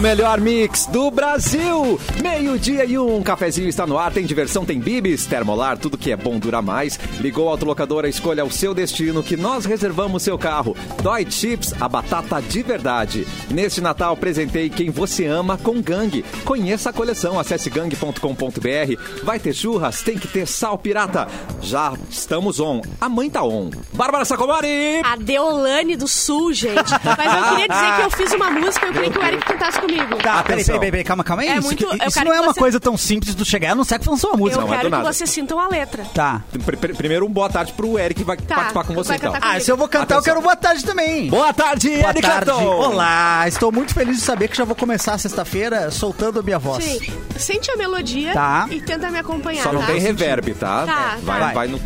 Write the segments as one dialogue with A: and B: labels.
A: melhor mix do Brasil. Meio-dia e um, cafezinho está no ar, tem diversão, tem bibis, termolar, tudo que é bom dura mais. Ligou a autolocadora, escolha o seu destino que nós reservamos seu carro. Dói Chips, a batata de verdade. Neste Natal, presentei quem você ama com Gang. Conheça a coleção, acesse gang.com.br. Vai ter churras, tem que ter sal pirata. Já estamos on, a mãe tá on. Bárbara Sacomari!
B: A Deolane do Sul, gente. Mas eu queria dizer que eu fiz uma música e eu queria que o Eric cantasse comigo.
C: Tá, peraí,
A: Atenção.
C: peraí, peraí, calma, calma. É
B: É
C: isso,
B: muito-
C: que-
B: eu
C: isso
B: quero
C: não é
B: que
C: uma
B: você-
C: coisa tão simples de tu chegar, eu não sei que lançou a música.
B: eu
A: é do
B: quero que
A: nada.
B: vocês sintam a letra.
C: Tá.
A: Pr- pr- Primeiro, um boa tarde pro Eric que vai participar com
B: Tá, vai
A: você, então.
B: cantar
C: Ah, se eu vou cantar, eu
A: Atenção.
C: quero boa tarde também.
A: Boa tarde,
C: Boa
A: Eric
C: tarde.
A: Clapton.
C: Olá, estou muito feliz de saber que já vou começar a sexta-feira soltando a minha voz.
B: Sim. Sente a melodia
C: Tá.
B: e tenta me acompanhar,
A: Só não
B: tá?
A: tem reverb, tá?
B: Tá,
A: É, vai,
C: tá.
A: vai no.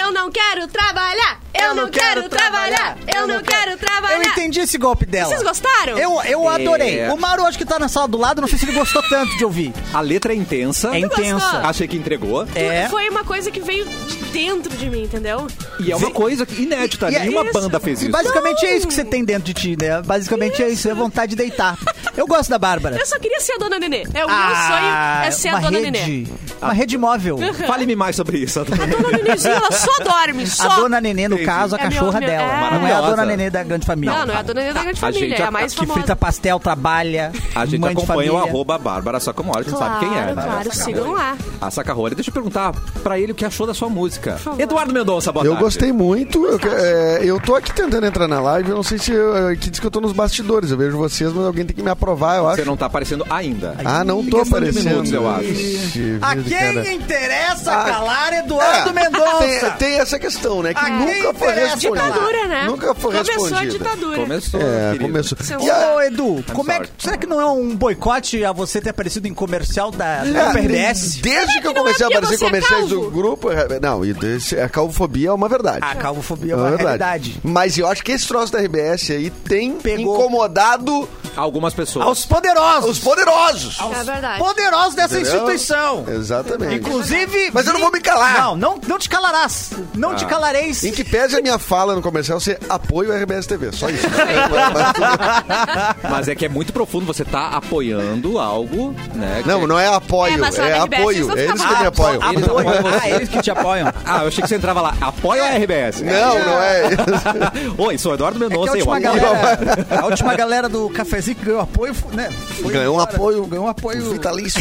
B: Eu não quero trabalhar! Eu, não, quero, trabalhar! Eu não quero trabalhar!
C: Eu entendi esse golpe dela.
B: Vocês gostaram?
C: Eu, eu adorei.
A: É.
C: O Mauro, acho que tá na sala do lado, não sei se ele gostou tanto de ouvir.
A: A letra é intensa.
C: É intensa.
A: Achei que entregou.
C: É.
B: Foi uma coisa que veio de dentro de mim, entendeu?
A: E é uma coisa que- inédita.
C: E- e é
A: Nenhuma
B: isso.
A: banda fez
C: E
A: isso.
C: basicamente é isso que você tem dentro de ti, né? Basicamente é isso, é vontade de deitar. Eu gosto da Bárbara.
B: Eu só queria ser a dona Nenê. É, o
C: Ah,
B: meu sonho é ser a
C: uma
B: dona
C: rede,
B: Nenê.
C: Uma rede móvel.
A: Fale-me mais sobre isso. Adriana.
B: A dona Nenezinha, ela só dorme,
C: A
B: só.
C: dona Nenê, no
A: Entendi.
C: caso, a
B: É meu-
C: cachorra
B: meu-
C: dela.
B: é.
C: Não é a dona
A: Maravilhosa.
C: Nenê da grande família.
B: Não, não é a dona Nenê da grande
A: A gente
B: família, é
A: ac-
B: a mais
C: Que
B: famosa.
C: frita pastel, trabalha,
A: A gente
C: mãe de
A: acompanha o
C: família.
A: arroba Bárbara Sacomori, a gente
B: Claro,
A: sabe quem é. né?
B: claro, sigam lá.
A: A Sacarrolha. Deixa eu perguntar pra ele o que achou da sua música.
B: favor.
A: Eduardo Mendonça, boa
D: Eu
A: tarde.
D: gostei muito. Eu, que- é, eu tô aqui tentando entrar na live. Eu não sei se. Eu, é, que diz que eu tô nos bastidores. Eu vejo vocês, mas alguém tem que me aprovar, eu
A: Você
D: acho.
A: não tá aparecendo ainda.
D: Ah, não tô
A: Questão de
D: aparecendo.
A: minutos, eu acho.
D: Ixi,
C: A
D: vida,
C: quem
D: cara.
C: interessa
D: Ah,
C: calar Eduardo
D: É,
C: Mendonça.
D: Tem, tem essa questão, né? Que
C: Ah,
D: nunca
C: quem
D: foi
C: interessa?
D: respondida.
B: Ditadura, né?
D: Tá. Nunca foi
B: Começou a
D: respondida.
B: ditadura.
A: Começou.
D: É,
A: querido.
D: começou.
B: Seu-
D: E a-
C: Ô, Edu,
A: I'm
C: como é
A: sorry.
C: que, será que não é um boicote a você ter aparecido em comercial da
D: É,
C: da PBS?
D: Desde que eu
B: não é
D: comecei a
B: porque
D: aparecer em
B: você é
D: comerciais do
B: calvo.
D: grupo. é, Não, e desse- a calvofobia é uma verdade.
C: A calvofobia é
D: É
C: uma
D: verdade.
C: realidade.
D: Mas eu acho que esse troço da RBS aí tem
C: Pegou.
D: incomodado
A: Algumas pessoas.
C: Aos poderosos.
D: os poderosos.
B: É verdade.
C: Poderosos dessa
D: Entendeu?
C: instituição.
D: Exatamente.
C: Inclusive...
D: Mas eu não vou me calar. Ah.
C: Não, não, não te calarás. Não te calareis.
D: Em que pese a minha fala no comercial ser apoio à RBS TV. Só isso. Mas tudo-
A: Mas é que é muito profundo, você tá apoiando algo, né?
D: não, não é
B: É,
D: apoio,
B: mas só
D: é,
B: na RBS eles
D: apoio.
B: não
D: É eles que
B: ficam
D: me
B: mal.
D: apoiam.
A: Eles apoiam você.
C: Ah, eles que te apoiam.
A: Ah, eu achei que você entrava lá. Apoia a RBS.
D: Não, É não é isso.
A: Oi, sou Eduardo
C: Que a
A: Mendonça. e eu
C: última,
A: apoio.
C: galera, a última galera do cafezinho que ganhou apoio, fu- né? foi
D: Ganhou um
C: embora.
D: apoio.
C: Ganhou um apoio.
D: Vitalício.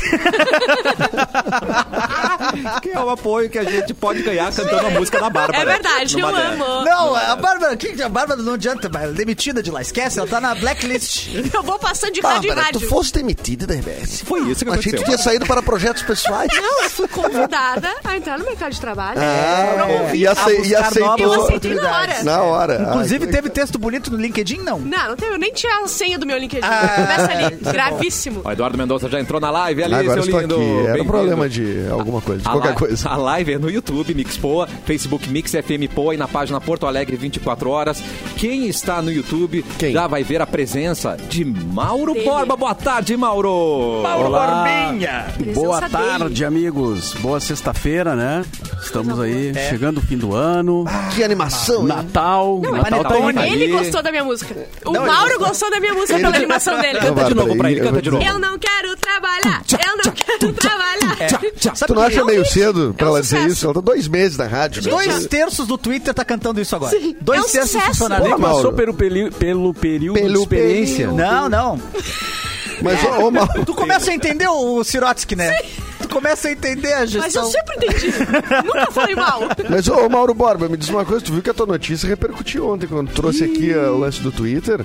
A: que é o apoio que a gente pode ganhar cantando a música da Bárbara.
B: É verdade, eu
A: Numa dessa.
B: amo.
C: Não, a Bárbara, que, a Bárbara não adianta, mas ela é demitida de lá, esquece, ela tá na blacklist.
B: Eu vou passando de rádio em
D: Bárbara, tu
B: rádio.
D: foste demitida da RBS.
A: Foi isso que
D: Achei que
A: aconteceu.
D: tu tinha saído para projetos pessoais.
B: Não, eu fui convidada a entrar no mercado de trabalho. eu não
D: Ah,
B: ouvi.
D: e, ace-
C: A
D: e
C: buscar
D: aceitou.
C: novas
B: Eu aceitei na hora.
C: oportunidades.
D: Na hora.
C: Inclusive,
D: Ai,
C: teve texto bonito no LinkedIn, não?
B: Não, não tem, eu nem tinha a senha do meu LinkedIn.
C: Ah,
B: Começa ali,
C: tá bom.
B: gravíssimo.
A: O Eduardo Mendonça já entrou na live ali,
D: Agora
A: seu
D: estou
A: é lindo.
D: aqui. Era um
A: Bem-vindo. Ah
D: problema de alguma coisa, de
A: A
D: qualquer
A: live-
D: coisa.
A: A live é no YouTube, Mixpoa, Facebook Mix FM Poa e na página Porto Alegre 24 horas. Quem está no YouTube
D: Quem?
A: já vai ver a presença de Mauro
B: Dele.
A: Borba. Boa tarde, Mauro.
E: Olá.
B: Presença
E: Boa
B: dele.
E: tarde, amigos. Boa sexta-feira, né? Estamos aí chegando o fim do ano.
D: Que animação, hein?
E: Natal.
C: é
B: Não,
E: Natal tá
A: panetone.
E: aí.
B: Ele
A: Aí.
B: gostou da minha música. O Mauro gostou da minha música pela animação dele.
A: Canta de
D: Bárbara,
A: novo pra ele,
D: eu
A: canta
D: vou
A: de novo.
B: Eu não quero trabalhar. Eu não quero
C: É.
B: trabalhar.
D: Tu não acha
B: Não,
D: meio
B: isso é
D: cedo
B: um
D: pra ela dizer
B: sucesso.
D: isso? Ela tá dois meses na rádio. né?
C: Dois terços do Twitter tá cantando isso agora. Dois
B: É um
C: terços
B: sucesso.
C: funcionários.
E: Ele
D: Boa,
E: passou
D: Mauro.
E: pelo, peli- pelo um período
D: Pelo
E: de experiência.
D: período.
C: Não, não.
D: Mas, ô, ô, Mauro,
C: Tu começa a entender o Sirotsky, né? Tu começa a entender a
B: Mas eu
C: gestão.
B: sempre entendi. Nunca falei mal.
D: mas, ô, ô, Mauro Borba, me diz uma coisa. Tu viu que a tua notícia repercutiu ontem quando trouxe aqui ó, o lance do Twitter?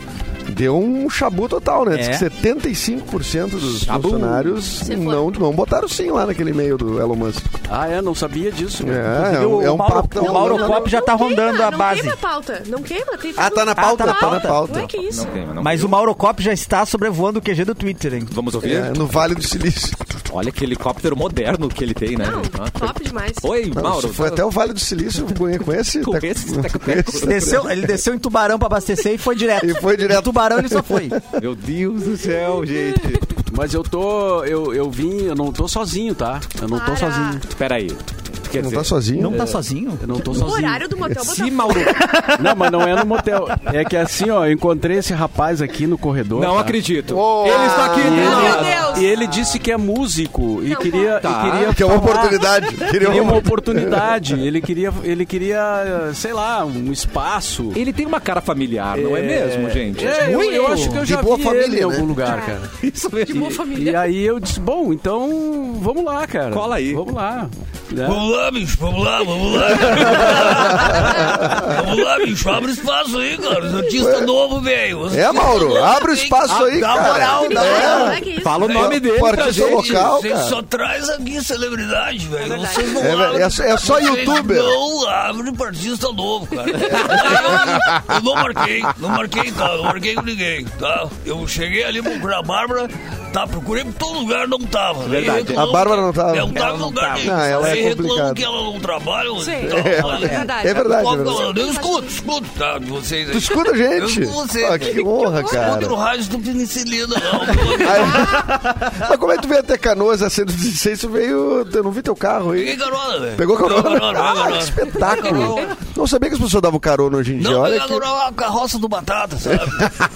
D: Deu um chabu total, né? Diz
C: É.
D: que 75% dos funcionários não, não botaram sim lá naquele e-mail do Elon Musk.
E: Ah, é? Não sabia disso.
D: É,
E: né?
D: é,
C: Inclusive,
D: um, é
C: o
D: um
C: Mauro-
D: papo que tá
C: o Mauro
D: rolando.
C: Pop já tá rondando
B: queima,
C: a base.
B: Não queima a pauta. Não queima. Tem
D: Ah, tá na
C: Ah,
D: pauta?
C: tá na pauta.
B: Ué, é que isso?
A: Não tem, mas não.
C: Mas o Mauro Cop já está sobrevoando o QG do Twitter, hein?
A: Vamos ouvir?
D: É, no Vale do Silício.
A: Olha que helicóptero moderno que ele tem, né?
B: Não,
A: Ah.
B: top demais.
A: Oi,
D: Não,
A: Mauro.
D: isso foi até o Vale do Silício com, com esse...
A: Com
D: tá-
A: esse teco-teco.
D: com esse-
C: Desceu, ele desceu em Tubarão pra abastecer e foi direto.
D: E foi direto.
C: Em Tubarão ele só foi.
A: Meu Deus do céu, gente.
E: Mas eu tô. Eu, eu vim, eu não tô sozinho, tá? Eu não tô
B: Para.
E: sozinho.
A: Peraí. Quer
D: Não
A: dizer,
D: tá sozinho?
C: Não tá sozinho?
E: Eu não tô
B: O
E: sozinho.
B: horário do motel
A: Se
B: Botafogo.
A: Mauro...
E: Não, mas não é no motel. É que assim, ó, eu encontrei esse rapaz aqui no corredor.
A: Não
E: tá?
A: acredito.
D: Oh.
A: Ele está aqui.
E: E
A: entre
E: ele,
B: Meu
A: nós.
B: Deus.
E: e ele disse que é músico e
B: Não,
E: queria,
A: tá.
E: e queria
D: Que é uma
E: falar-
D: oportunidade. Queria
E: Queria uma
D: uma-
E: oportunidade. Ele queria, ele queria, sei lá, um espaço.
A: Ele tem uma cara familiar, não é, mesmo, gente?
E: É, eu, eu acho que eu
D: De
E: já
D: boa
E: vi
D: família,
E: ele em algum
D: né?
E: lugar, cara.
A: Isso mesmo.
B: De boa
E: E
B: família.
E: aí eu disse, bom, então vamos lá, cara.
A: Cola aí.
E: Vamos lá. né?
F: Vamos lá, bicho, vamos lá, vamos lá. vamos lá, bicho, abre espaço aí, cara. Os artistas novos, velho. Os
D: É, Mauro, abre o
F: tem que-
D: espaço aí,
F: Dá
D: cara.
F: moral,
B: Não,
D: É.
B: não é que isso.
A: Fala o nome dele
D: Pô,
A: pra
D: artista
A: gente.
D: local. Calma,
F: Vocês
D: cara.
F: só traz aqui celebridade, velho.
B: verdade.
F: Vocês não
D: É,
F: abrem.
D: é só- é só
F: Vocês
D: youtuber.
F: Não abre pra artista novo, cara. Eu, eu não marquei, não marquei, tá? Não marquei com ninguém, tá? Eu cheguei ali pra Bárbara, tá? Procurei por todo lugar, não tava.
A: Verdade.
D: A Bárbara não tava.
F: Não
D: Ela
F: tava em
D: não
F: um lugar
D: tava.
F: nenhum.
D: Não, ela é
F: Aí reclamam
D: complicada.
F: que ela não trabalha.
B: Sim.
F: então, olha.
B: verdade.
D: É verdade, é
F: Qual que
D: verdade.
F: Eu escuto, escuto, tá? De vocês aí.
D: Tu escuta a
F: Eu
D: gente?
F: escuto vocês. né?
D: Ó, que honra,
F: Escuto
D: cara.
F: no rádio, estou penicilina, não.
D: Mas como é que tu veio até Canoas a 116? Tu veio. Eu não vi teu carro aí.
F: Peguei carona, velho.
D: Pegou
F: Peguei
D: carona?
F: carona,
D: Ah, que
F: peguei carona.
D: espetáculo. Não sabia que as pessoas davam carona hoje em dia.
F: Não,
D: Olha
F: pegar
D: que...
F: agora a carroça do Batata, sabe?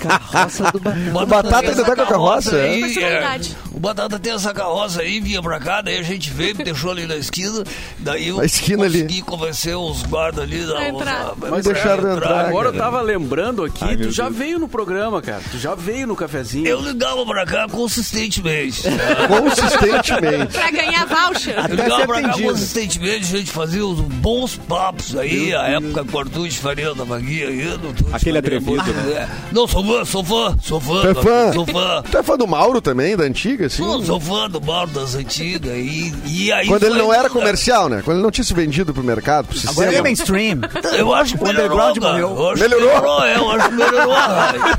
F: carroça do Batata. O
D: Batata
F: tem
D: ainda
F: essa
D: tá com a carroça, é?
F: Aí, é,
B: Personalidade.
F: o Batata tem essa carroça aí, vinha pra cá, daí a gente veio, me deixou ali na esquina. Daí eu
D: Na esquina ali.
F: consegui convencer os guardas ali. Da,
B: Pra entrar.
F: os-
D: Me deixaram entrar.
E: Agora eu
D: cara.
E: tava lembrando aqui,
A: Ah, Ai, meu
E: tu já
A: Deus.
E: veio no programa, cara. Tu já veio no cafezinho.
F: Eu ligava pra cá consistentemente.
D: Consistentemente.
B: Pra ganhar voucher.
F: Eu
C: ser
F: ligava pra cá
C: atendido.
F: consistentemente, a gente fazia uns bons papos aí, a época com o Arthur de Faria da Vaguinha aí. do Arthur de
A: Aquele
F: Faria,
A: atrevido,
F: muito- é. Não, sou fã, sou fã, sou fã.
D: Tu né? é
F: do
D: fã?
F: Arthur, Sou fã.
D: Tu é fã do Mauro também, da antiga, assim?
F: Sou, sou fã do Mauro das Antigas e, e aí
D: Quando ele
F: foi-
D: não era comercial, né? Quando ele não tinha se vendido pro mercado, pro sistema.
C: Agora é mainstream.
F: Eu acho que
C: O
F: melhorou,
C: underground
F: cara.
C: morreu.
F: Eu acho que
D: Melhorou?
F: melhorou, é, eu acho que melhorou.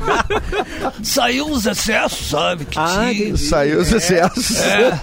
F: velho. Saiu uns excessos, sabe?
D: Ah,
F: Que tinha.
D: Saiu os
C: é.
D: sucessos.
F: É,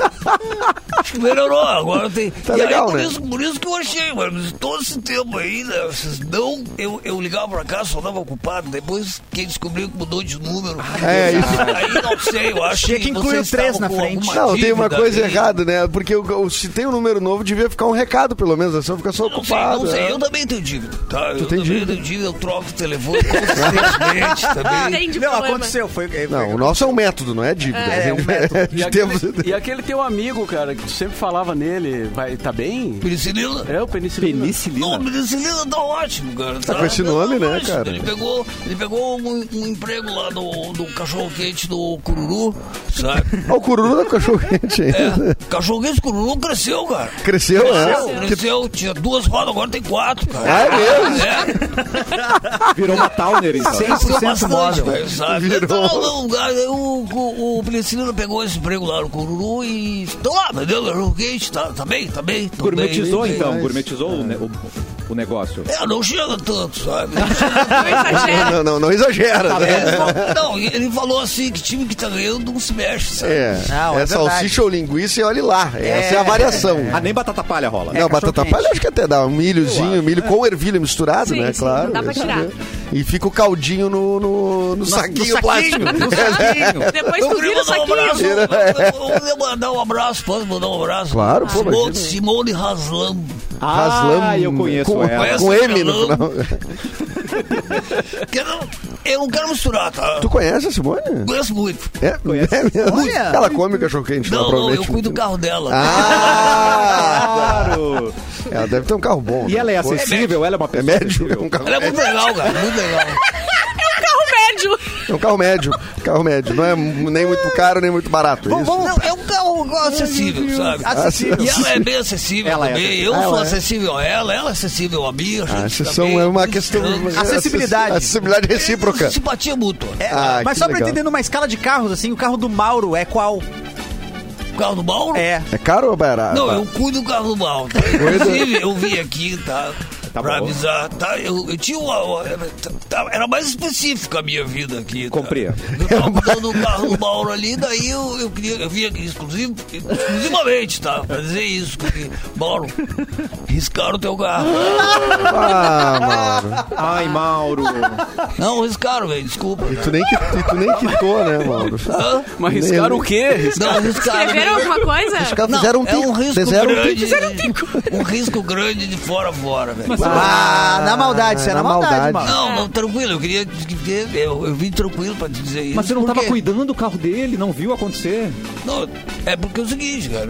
F: Acho que melhorou, agora tem.
D: Tá
F: e
D: legal,
F: aí, por,
D: né?
F: isso, por isso que eu achei, mano. mas Todo esse tempo aí, né? Vocês não. Eu, eu ligava pra cá, só tava ocupado. Depois quem descobriu que mudou de número.
D: É, isso.
F: Aí não sei, eu acho
C: Tinha que incluir
F: vocês
C: o três
F: estavam
C: na
F: com
C: frente.
F: alguma
D: Não, tem uma
F: dívida
D: coisa
F: aí.
D: errada, né? Porque o- o- se tem um número novo, devia ficar um recado, pelo menos. Assim, fica só
F: Não sei, não
D: ocupado.
F: sei.
D: né?
F: Eu também tenho dívida. Tá? eu
D: tem
F: também
D: dívida? Ah,
F: tenho dívida, eu troco o telefone constantemente também.
B: Tem de
C: Não,
B: problema.
C: aconteceu. Foi, foi-
D: Não, o nosso é um método, não é dívida.
C: É, é um método.
E: E
D: De
E: aquele,
D: tempos-
E: e aquele teu amigo, cara, que tu sempre falava nele, vai, tá bem?
F: Penicilina?
E: É o penicilina.
F: Não, penicilina tá ótimo, cara. Tá,
D: com esse nome, né,
F: ótimo.
D: cara?
F: Ele pegou, ele pegou um, um emprego lá no, no cachorro-quente do Cururu, sabe?
D: Ó, o Cururu do cachorro quente ainda.
F: Cachorro-quente do Cururu cresceu, cara.
D: Cresceu, né?
F: Cresceu, tinha duas rodas, agora tem quatro, cara.
D: Ah, é mesmo?
F: É,
A: Virou uma Towner, então.
F: cresceu
C: 100%
F: bastante,
C: móvel.
F: velho, sabe?
D: Virou.
F: Então, não, cara, eu- o, o, o Penicilina pegou esse emprego lá no Cururu e... Tô lá, vendeu cachorro-quente, tá, tá bem, tá bem. tô
A: Gourmetizou,
F: bem, bem,
A: então.
F: bem.
A: Gourmetizou o, ne- o, o negócio.
F: É, não chega tanto, sabe?
B: Não exagera.
D: Não, não, não exagera, né?
F: É, não, ele falou assim que time que tá ganhando não se mexe, sabe?
D: É,
C: Não, é
D: é salsicha ou linguiça e olhe lá. Essa é a variação.
A: Ah, nem batata palha rola.
D: Não, batata
C: cachorro-quente.
D: palha acho que até dá. Um milhozinho, milho com ervilha misturado,
B: Sim,
D: né?
B: sim,
D: claro.
B: dá pra
D: isso
B: tirar.
D: mesmo. E fica o caldinho no, no, no saquinho plástico.
B: Depois
F: Eu
B: tu
F: queria
B: vira isso
F: mandar um abraço.
B: aqui.
F: Eu, eu, eu queria mandar um abraço, posso mandar um abraço?
D: É. Claro, pô,
F: Simone,
D: imagina.
F: Simone Haslam.
A: Ah, eu conheço
D: com,
A: ela.
D: Com M no
F: Conhece
D: final.
F: Que eu não- Eu não quero misturar, tá?
D: Tu conhece a Simone?
F: Conheço muito.
D: É, é mesmo?
C: Olha.
D: Ela come o cachorro quente,
F: Não, não,
D: provavelmente.
F: eu cuido do carro dela.
D: Ah!
A: Claro.
D: ela deve ter um carro bom.
A: E
D: né?
A: ela é
D: Pô,
A: acessível, ela é uma
D: É
A: pessoa.
D: médio, é
A: acessível.
D: um carro,
F: Ela é muito legal, cara, muito legal.
B: um Carro médio.
D: é um carro médio. Carro médio. Não é nem muito caro, nem muito barato. é isso?
F: Não, é um carro acessível, sabe?
C: Acessível.
F: E ela é bem acessível
A: Ela é
F: também.
A: acessível.
F: eu
D: Ah,
F: sou
D: ela é.
F: acessível a ela, ela é acessível a mim. A
D: A
F: gente tá
D: exceção
F: bem é
D: é uma questão.
F: distante.
C: Acessibilidade.
D: Acessibilidade recíproca.
F: Simpatia mútua. É.
D: Ah,
C: Mas
D: que
C: só pra
D: legal.
C: entender numa escala de carros, assim, o carro do Mauro é qual?
F: O carro do Mauro?
C: É.
D: É caro ou barato?
F: Não, eu cuido do carro do Mauro. Inclusive, eu vim aqui, tá?
A: Tá
F: pra
A: bom.
F: avisar. Tá, eu, eu tinha uma. uma- tá- era mais específica a minha vida aqui. tá?
A: Compreendo.
F: Eu tava mudando o carro do Mauro ali, daí eu, eu queria. Eu vim aqui exclusivo, exclusivamente, tá? Pra dizer isso. Que, Mauro, riscaram o teu carro.
D: Ah, mano.
A: Ai, Mauro.
F: Não, riscaram, velho, desculpa.
D: E tu nem, qui- e tu nem quitou, né, Mauro?
F: Hã?
E: Mas riscaram o quê?
F: Não, riscaram.
B: Escreveram alguma coisa?
C: Os caras fizeram um
F: é um
C: pico.
F: risco
C: fizeram um
F: grande.
C: pico.
F: Um, risco grande de fora a fora, velho.
C: Ah, na maldade, isso é
D: Ah,
C: na
D: na
C: maldade,
D: maldade.
C: mano.
F: Não, não, tranquilo, eu queria. Eu, eu vim tranquilo pra te dizer isso.
A: Mas você não tava
F: porque-
A: cuidando do carro dele, não viu acontecer.
F: Não, é porque é o seguinte, cara.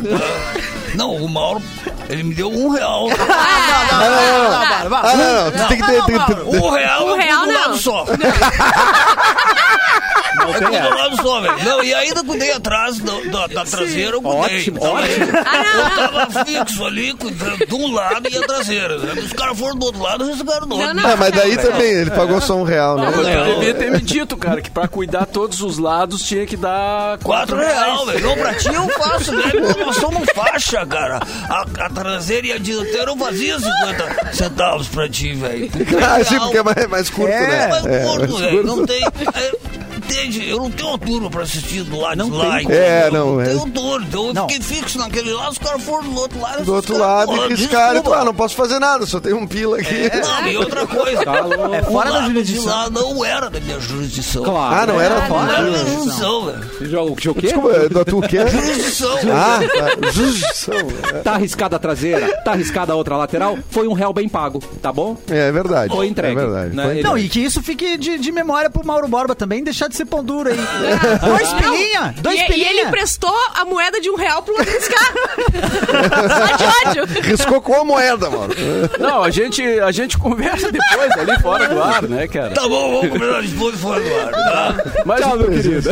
F: Não, o Mauro, ele me deu um real.
B: Ah, não, não, não.
D: Ah, não, não. Tu tem que ter. tem que ter-
F: Um real,
B: Um real,
F: um real
B: não.
F: lado só.
A: Não
F: É com do lado só, velho. Não, e ainda cuidei atrás da, da- da traseira, eu cuidei.
A: Ótimo,
F: Então,
A: ótimo.
B: Ah,
F: Eu tava fixo ali, cuidando de um lado e a traseira. né? Os caras foram do outro lado e riscaram do outro.
B: Não, não.
D: Ah, mas daí também, ele pagou só um real, né?
E: Mas
F: Não,
E: tu
F: não.
E: devia ter me dito, cara, que pra cuidar todos os lados tinha que dar 4
F: Quatro real,
E: reais.
F: velho. Não, pra ti eu faço, velho. Nós somos faixa, cara. A, a traseira e a dianteira eu fazia 50 centavos pra ti, velho.
D: Ah, sim, porque é mais, mais curto,
F: É, mas
D: né?
F: é, gordo,
D: mais
F: velho.
D: curto.
F: Não tem. é, Entende? Eu não tenho altura pra assistir do lado de lá. entendeu?
D: É, não,
F: Eu
D: é.
F: tenho altura. Então eu
C: Não.
F: fiquei fixo naquele lado, os caras foram do outro lado.
D: Do outro
F: os caras,
D: lado,
F: porra,
D: e riscaram. e tu,
F: desculpa. É.
D: Ah, não posso fazer nada, só tem um pila aqui.
F: Não, e outra coisa.
A: É
F: o
C: fora da
F: lado
C: jurisdição.
F: De lá não era da minha jurisdição.
A: Claro.
D: Ah, não era
F: Não
D: fora?
F: era da minha jurisdição, velho.
A: Jogo, jogo o quê?
D: Desculpa, da tu o é? quê?
F: Jurisdição.
D: Ah, tá. Justição.
A: Tá arriscada a traseira, tá arriscada a outra lateral. Foi um réu bem pago, tá bom?
D: É, é verdade.
A: Foi entregue.
D: É verdade.
A: né?
D: Foi entregue.
A: Ele-
C: Não, e que isso fique de, de memória pro Mauro Borba também, deixar de ser pão duro aí. dois pilinha, dois
B: Ah, e, e
C: pilinha.
B: ele emprestou a moeda de um real pro outro riscar. Só de ódio.
D: Riscou com a moeda, mano.
E: Não, a gente, a gente conversa depois ali fora do ar, né, cara?
F: Tá bom, vamos conversar depois e fora do ar, tá?
E: Mas
A: Tchau, meu querido.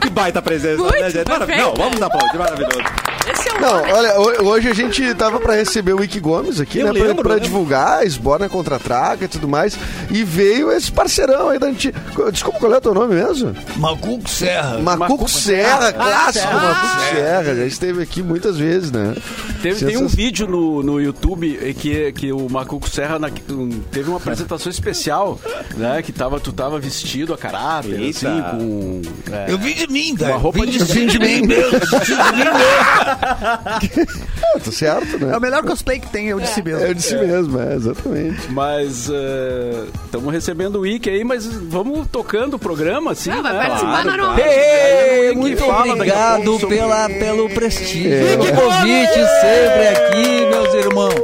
A: que baita presença,
B: Muito
A: né, gente? Maravilha. Não,
B: perfeito.
A: vamos aplaudir, maravilhoso.
B: Esse é o
D: Não,
B: nome.
D: olha, ho- hoje a gente tava pra receber o Ike Gomes aqui,
A: Eu
D: né? pra-
A: lembro,
D: pra
A: eu lembro.
D: divulgar, Esborna contra-traca e tudo mais. E veio esse parceirão aí da antiga. Desculpa, qual é o teu nome mesmo?
F: Macuco Serra.
D: Macuco Serra, clássico
C: Serra.
D: Macuco Serra. Já esteve aqui muitas vezes, né?
E: Teve, tem um
D: Sensa-
E: vídeo no, no YouTube eh, que, que o Macuco Serra na- um, teve uma apresentação especial, né? Que tava, tu tava vestido a caráter,
A: Eita.
E: assim, com. é,
F: Eu vim de mim, velho.
E: roupa
F: Vim
E: de-
F: vim de mim mesmo. vim de mim mesmo.
D: Ah, tá certo,
C: É
D: né?
C: o melhor cosplay que tem, eu disse mesmo.
D: Eu disse mesmo, é, exatamente.
E: Mas estamos recebendo o Ike aí, mas vamos tocando o programa, assim.
B: Ah, vai
E: né?
B: participar
E: claro.
B: normalmente.
E: Ei, o Ike
G: Muito
E: é fala daqui a
G: obrigado
E: pouco sobre-
G: pela, pelo prestígio,
D: É.
G: pelo convite sempre aqui, meus irmãos.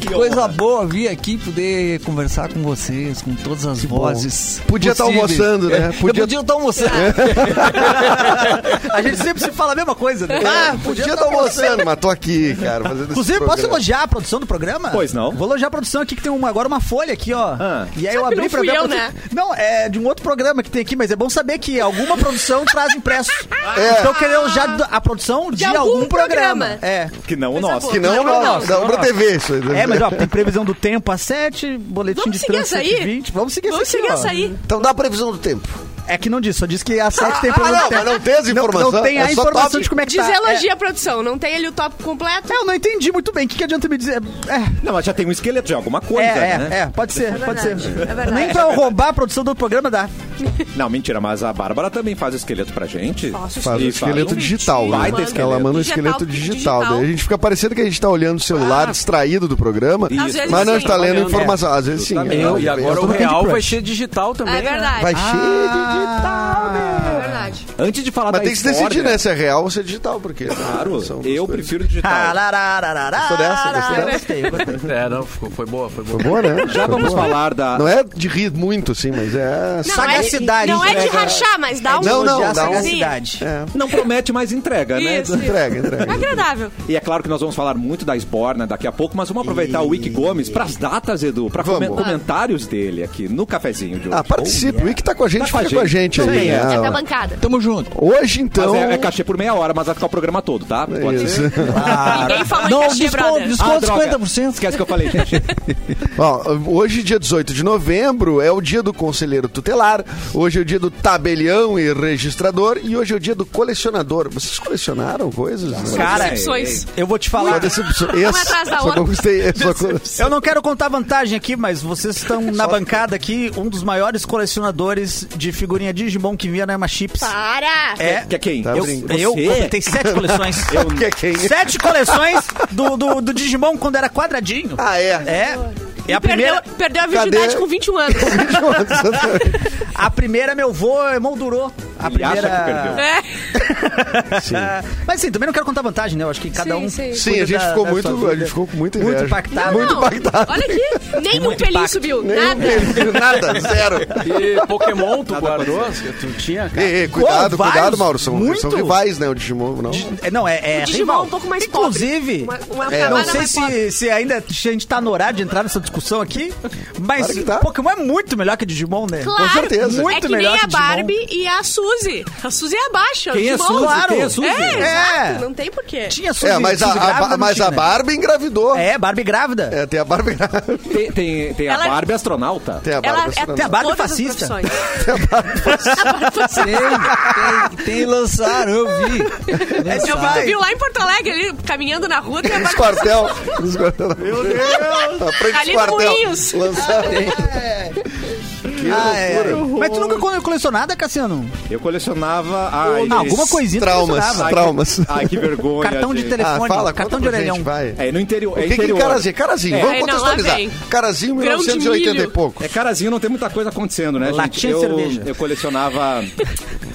G: Que coisa boa vir aqui poder conversar com vocês, com todas as vozes.
D: Podia tá
G: possíveis.
D: almoçando, né?
G: É, eu
D: Podia-
G: Podia estar almoçando.
C: A gente sempre se fala a mesma coisa, né?
D: Ah, podia estar almoçando, mas tô aqui, cara. fazendo esse
C: Inclusive, posso
D: programa.
C: elogiar a produção do programa?
A: Pois não.
C: Vou elogiar a produção aqui, que tem uma, agora uma folha aqui, ó.
A: Ah.
C: E aí eu
B: Só que
C: abri
B: não
C: pra
B: fui
C: ver. a
B: eu,
C: produção.
B: né?
C: Não, é de um outro programa que tem aqui, mas é bom saber que alguma produção traz impresso. Então eu queria elogiar do- a produção de,
B: algum
C: algum, programa.
B: programa.
C: É.
A: Que não o nosso.
D: Que não,
C: Não,
D: não,
C: não,
D: não,
C: não,
D: pra TV isso aí. né?
C: É, mas ó, tem previsão do tempo a 7, boletim
B: Vamos
C: de
B: seguir
C: trânsito
B: essa
C: a
B: aí?
C: 20. Vamos seguir
B: Vamos
C: essa
B: seguir
C: ó.
B: essa aí.
D: Então dá a previsão do tempo.
C: É que não diz, só diz que a 7 tem
D: Ah,
C: previsão
D: não,
C: do tempo.
D: mas não tem as informações.
C: Não, tem a
D: é só
C: informação
D: top.
C: de como é que
B: Diz
C: tá.
B: elogia a produção. Não tem ali o top completo?
C: É, eu não entendi muito bem. O que, que adianta me dizer? É.
A: Não, mas já tem um esqueleto de alguma coisa,
C: é, é,
A: né?
C: é, pode ser, pode ser.
B: verdade, é verdade.
C: Nem pra eu roubar a produção do programa dá.
A: Não, mentira, mas a Bárbara também faz o esqueleto pra gente.
B: Nossa,
D: é. Faz o
A: E
D: esqueleto
A: faz um
D: digital, né?
A: baita esqueleto.
D: Ela manda o esqueleto digital. Daí a gente fica parecendo que a gente tá olhando o celular distraído do programa,
A: Às
B: vezes
D: mas não, a
B: sim.
D: gente tá lendo
E: Olhando,
D: informação. Às vezes sim.
A: Justamente.
E: Eu, e
D: Eu-
E: agora
D: eu
E: o
D: tô com
E: real
D: Candy
E: vai
D: Crush.
E: ser digital também. né?
B: É verdade.
D: Vai cheio de digital, né?
B: É verdade.
A: Antes de falar da
D: Mas tem que se
A: Esbórnia,
D: decidir, né? Se é real ou se é digital, porque...
A: Claro,
D: são duas
A: eu
D: coisas. Ah,
A: prefiro digital.
D: Gostou
C: Gostou
D: dessa? Gostou dessa?
E: É, não, ficou- foi boa, foi boa.
D: Foi boa, né?
A: Já
D: Foi
A: vamos
D: boa.
A: falar da...
D: Não é de rir muito, assim, mas é...
B: Não,
C: Sagacidade. né, É
B: É, não é de rachar, mas dá um É.
D: Não, não,
C: Elogiar a
D: dá um-
C: sagacidade.
A: Não promete mais entrega, né?
B: Isso.
D: Entrega, entrega.
B: Agradável.
A: E é claro que nós vamos falar muito da Esborna daqui a pouco, mas vamos aproveitar o Wiki Gomes pras datas, Edu, pra
D: Vamos.
A: comen- comentários dele aqui no cafezinho de hoje.
D: Ah, participe. O Ick tá com a gente,
A: Tá com a
D: fica com a
A: gente.
D: gente aí.
A: Também é.
C: Ah,
D: né?
B: É da bancada.
G: Tamo junto.
D: Hoje,
A: Mas
D: então.
A: é, é cachê por meia hora, mas vai ficar o programa todo, tá?
D: É
A: Pode ser.
D: isso.
B: Ninguém falou
G: Não,
B: em cachê,
G: desconto,
B: brother.
A: Ah,
G: desconto
A: droga.
G: 50%.
A: Esquece que eu falei, gente.
D: Ó, hoje, dia 18 de novembro, é o dia do conselheiro tutelar, hoje é o dia do tabelião e registrador, e hoje é o dia do colecionador. Vocês colecionaram coisas?
C: Cara, é
B: Decepções.
C: eu vou te falar.
D: Só decepção.
B: Uma atrás da
D: Só
B: outra.
D: conquistei. é, Só con-
C: Eu não quero contar vantagem aqui, mas vocês estão na bancada aqui, um dos maiores colecionadores de figurinha Digimon que vinha na Emma Chips.
B: Tá. Para!
C: É,
A: Que é quem?
D: Tá
C: eu,
D: brincando.
C: eu
A: Você?
C: completei sete coleções.
D: Que é quem?
C: Sete coleções do, do, do Digimon quando era quadradinho.
D: Ah, é.
C: É. É
B: Perdeu,
C: a primeira,
B: perdeu a virgindade
D: Cadê?
B: com 21 anos.
C: a primeira meu vô emoldurou. A
A: Ele acha
C: primeira. Ah,
A: que perdeu.
B: É.
C: Mas sim, também não quero contar vantagem, né? Eu acho que cada
B: Sim,
C: um.
B: sim.
D: Sim,
C: cuida
D: a gente
C: da-
D: ficou
C: da
D: muito-
C: sua vida.
D: a gente ficou com muita
C: Muito
D: inveja.
C: impactado. É
D: Muito
B: Não,
D: impactado.
B: Olha aqui, nem um pelinho subiu. Nada.
D: Nada, zero.
E: E Pokémon, tu guardou? Tu tinha, cara?
D: Ei, ei, cuidado,
C: Oh, vários,
D: cuidado, Mauro. São,
C: muito.
D: são rivais, né? O Digimon, não?
C: É, Não, é, é
B: O Digimon
C: rival.
B: é um pouco mais
C: Inclusive,
B: pobre. Uma- uma
C: É, não
B: camada
C: sei
B: é mais pobre.
C: se, se ainda a gente tá no horário de entrar nessa discussão aqui, mas
D: Claro que tá.
C: Pokémon é muito melhor que Digimon, né?
B: Claro,
D: certeza.
B: é
C: Muito
B: que
C: melhor
B: nem
C: que
B: a
C: Digimon.
B: Barbie e a Suzy. A Suzy é baixa.
A: Quem é
B: Digimon.
A: Suzy?
C: Claro.
A: Quem é Suzy?
B: É,
C: É.
B: exato, não tem porquê.
C: Tinha Suzy,
D: É, mas a,
C: Suzy
D: a-
C: grávida, não
D: mas
C: tinha,
D: a
C: né?
D: Barbie engravidou.
C: É, Barbie grávida.
D: É, tem a Barbie grávida.
A: Tem, tem, tem
B: Ela-
A: a Barbie astronauta.
D: Tem a
B: Ela
D: Barbie.
B: é
D: assinando.
C: Tem a Barbie
B: todas as
C: fascista.
B: profissões.
G: Tem, tem, tem lançaram, eu vi.
C: É,
B: Eu
G: Lançaram.
B: viu lá em Porto Alegre, ele caminhando na rua, tem a
D: Os
B: Barbie
D: quartel. Os quartel. Meu Deus! A frente
B: Ali
D: dos
B: no
D: quartel.
B: Moinhos.
D: Lançaram. Que loucura.
C: Ah, é. Mas tu nunca cole- colecionou nada, Cassiano?
A: Eu colecionava. Ai,
C: Ah, alguma
A: gente.
C: coisinha tu
D: Traumas,
C: colecionava.
D: traumas.
A: Ai, que vergonha.
C: Cartão de
A: gente.
C: telefone,
D: Ah, fala,
C: cartão
D: conta
C: de
D: pra
C: orelhão.
D: Gente, vai.
A: É no interior.
D: O
A: É
D: que que
A: interior.
D: Carazinho? Carazinho,
A: É.
D: vamos
B: É, não, lá
D: contextualizar.
B: vem.
D: Carazinho,
B: Grão de
D: 1980 e
B: milho.
D: pouco.
A: É carazinho, não tem muita coisa acontecendo, né, gente?
C: Latinha de
A: Eu,
C: cerveja.
A: eu colecionava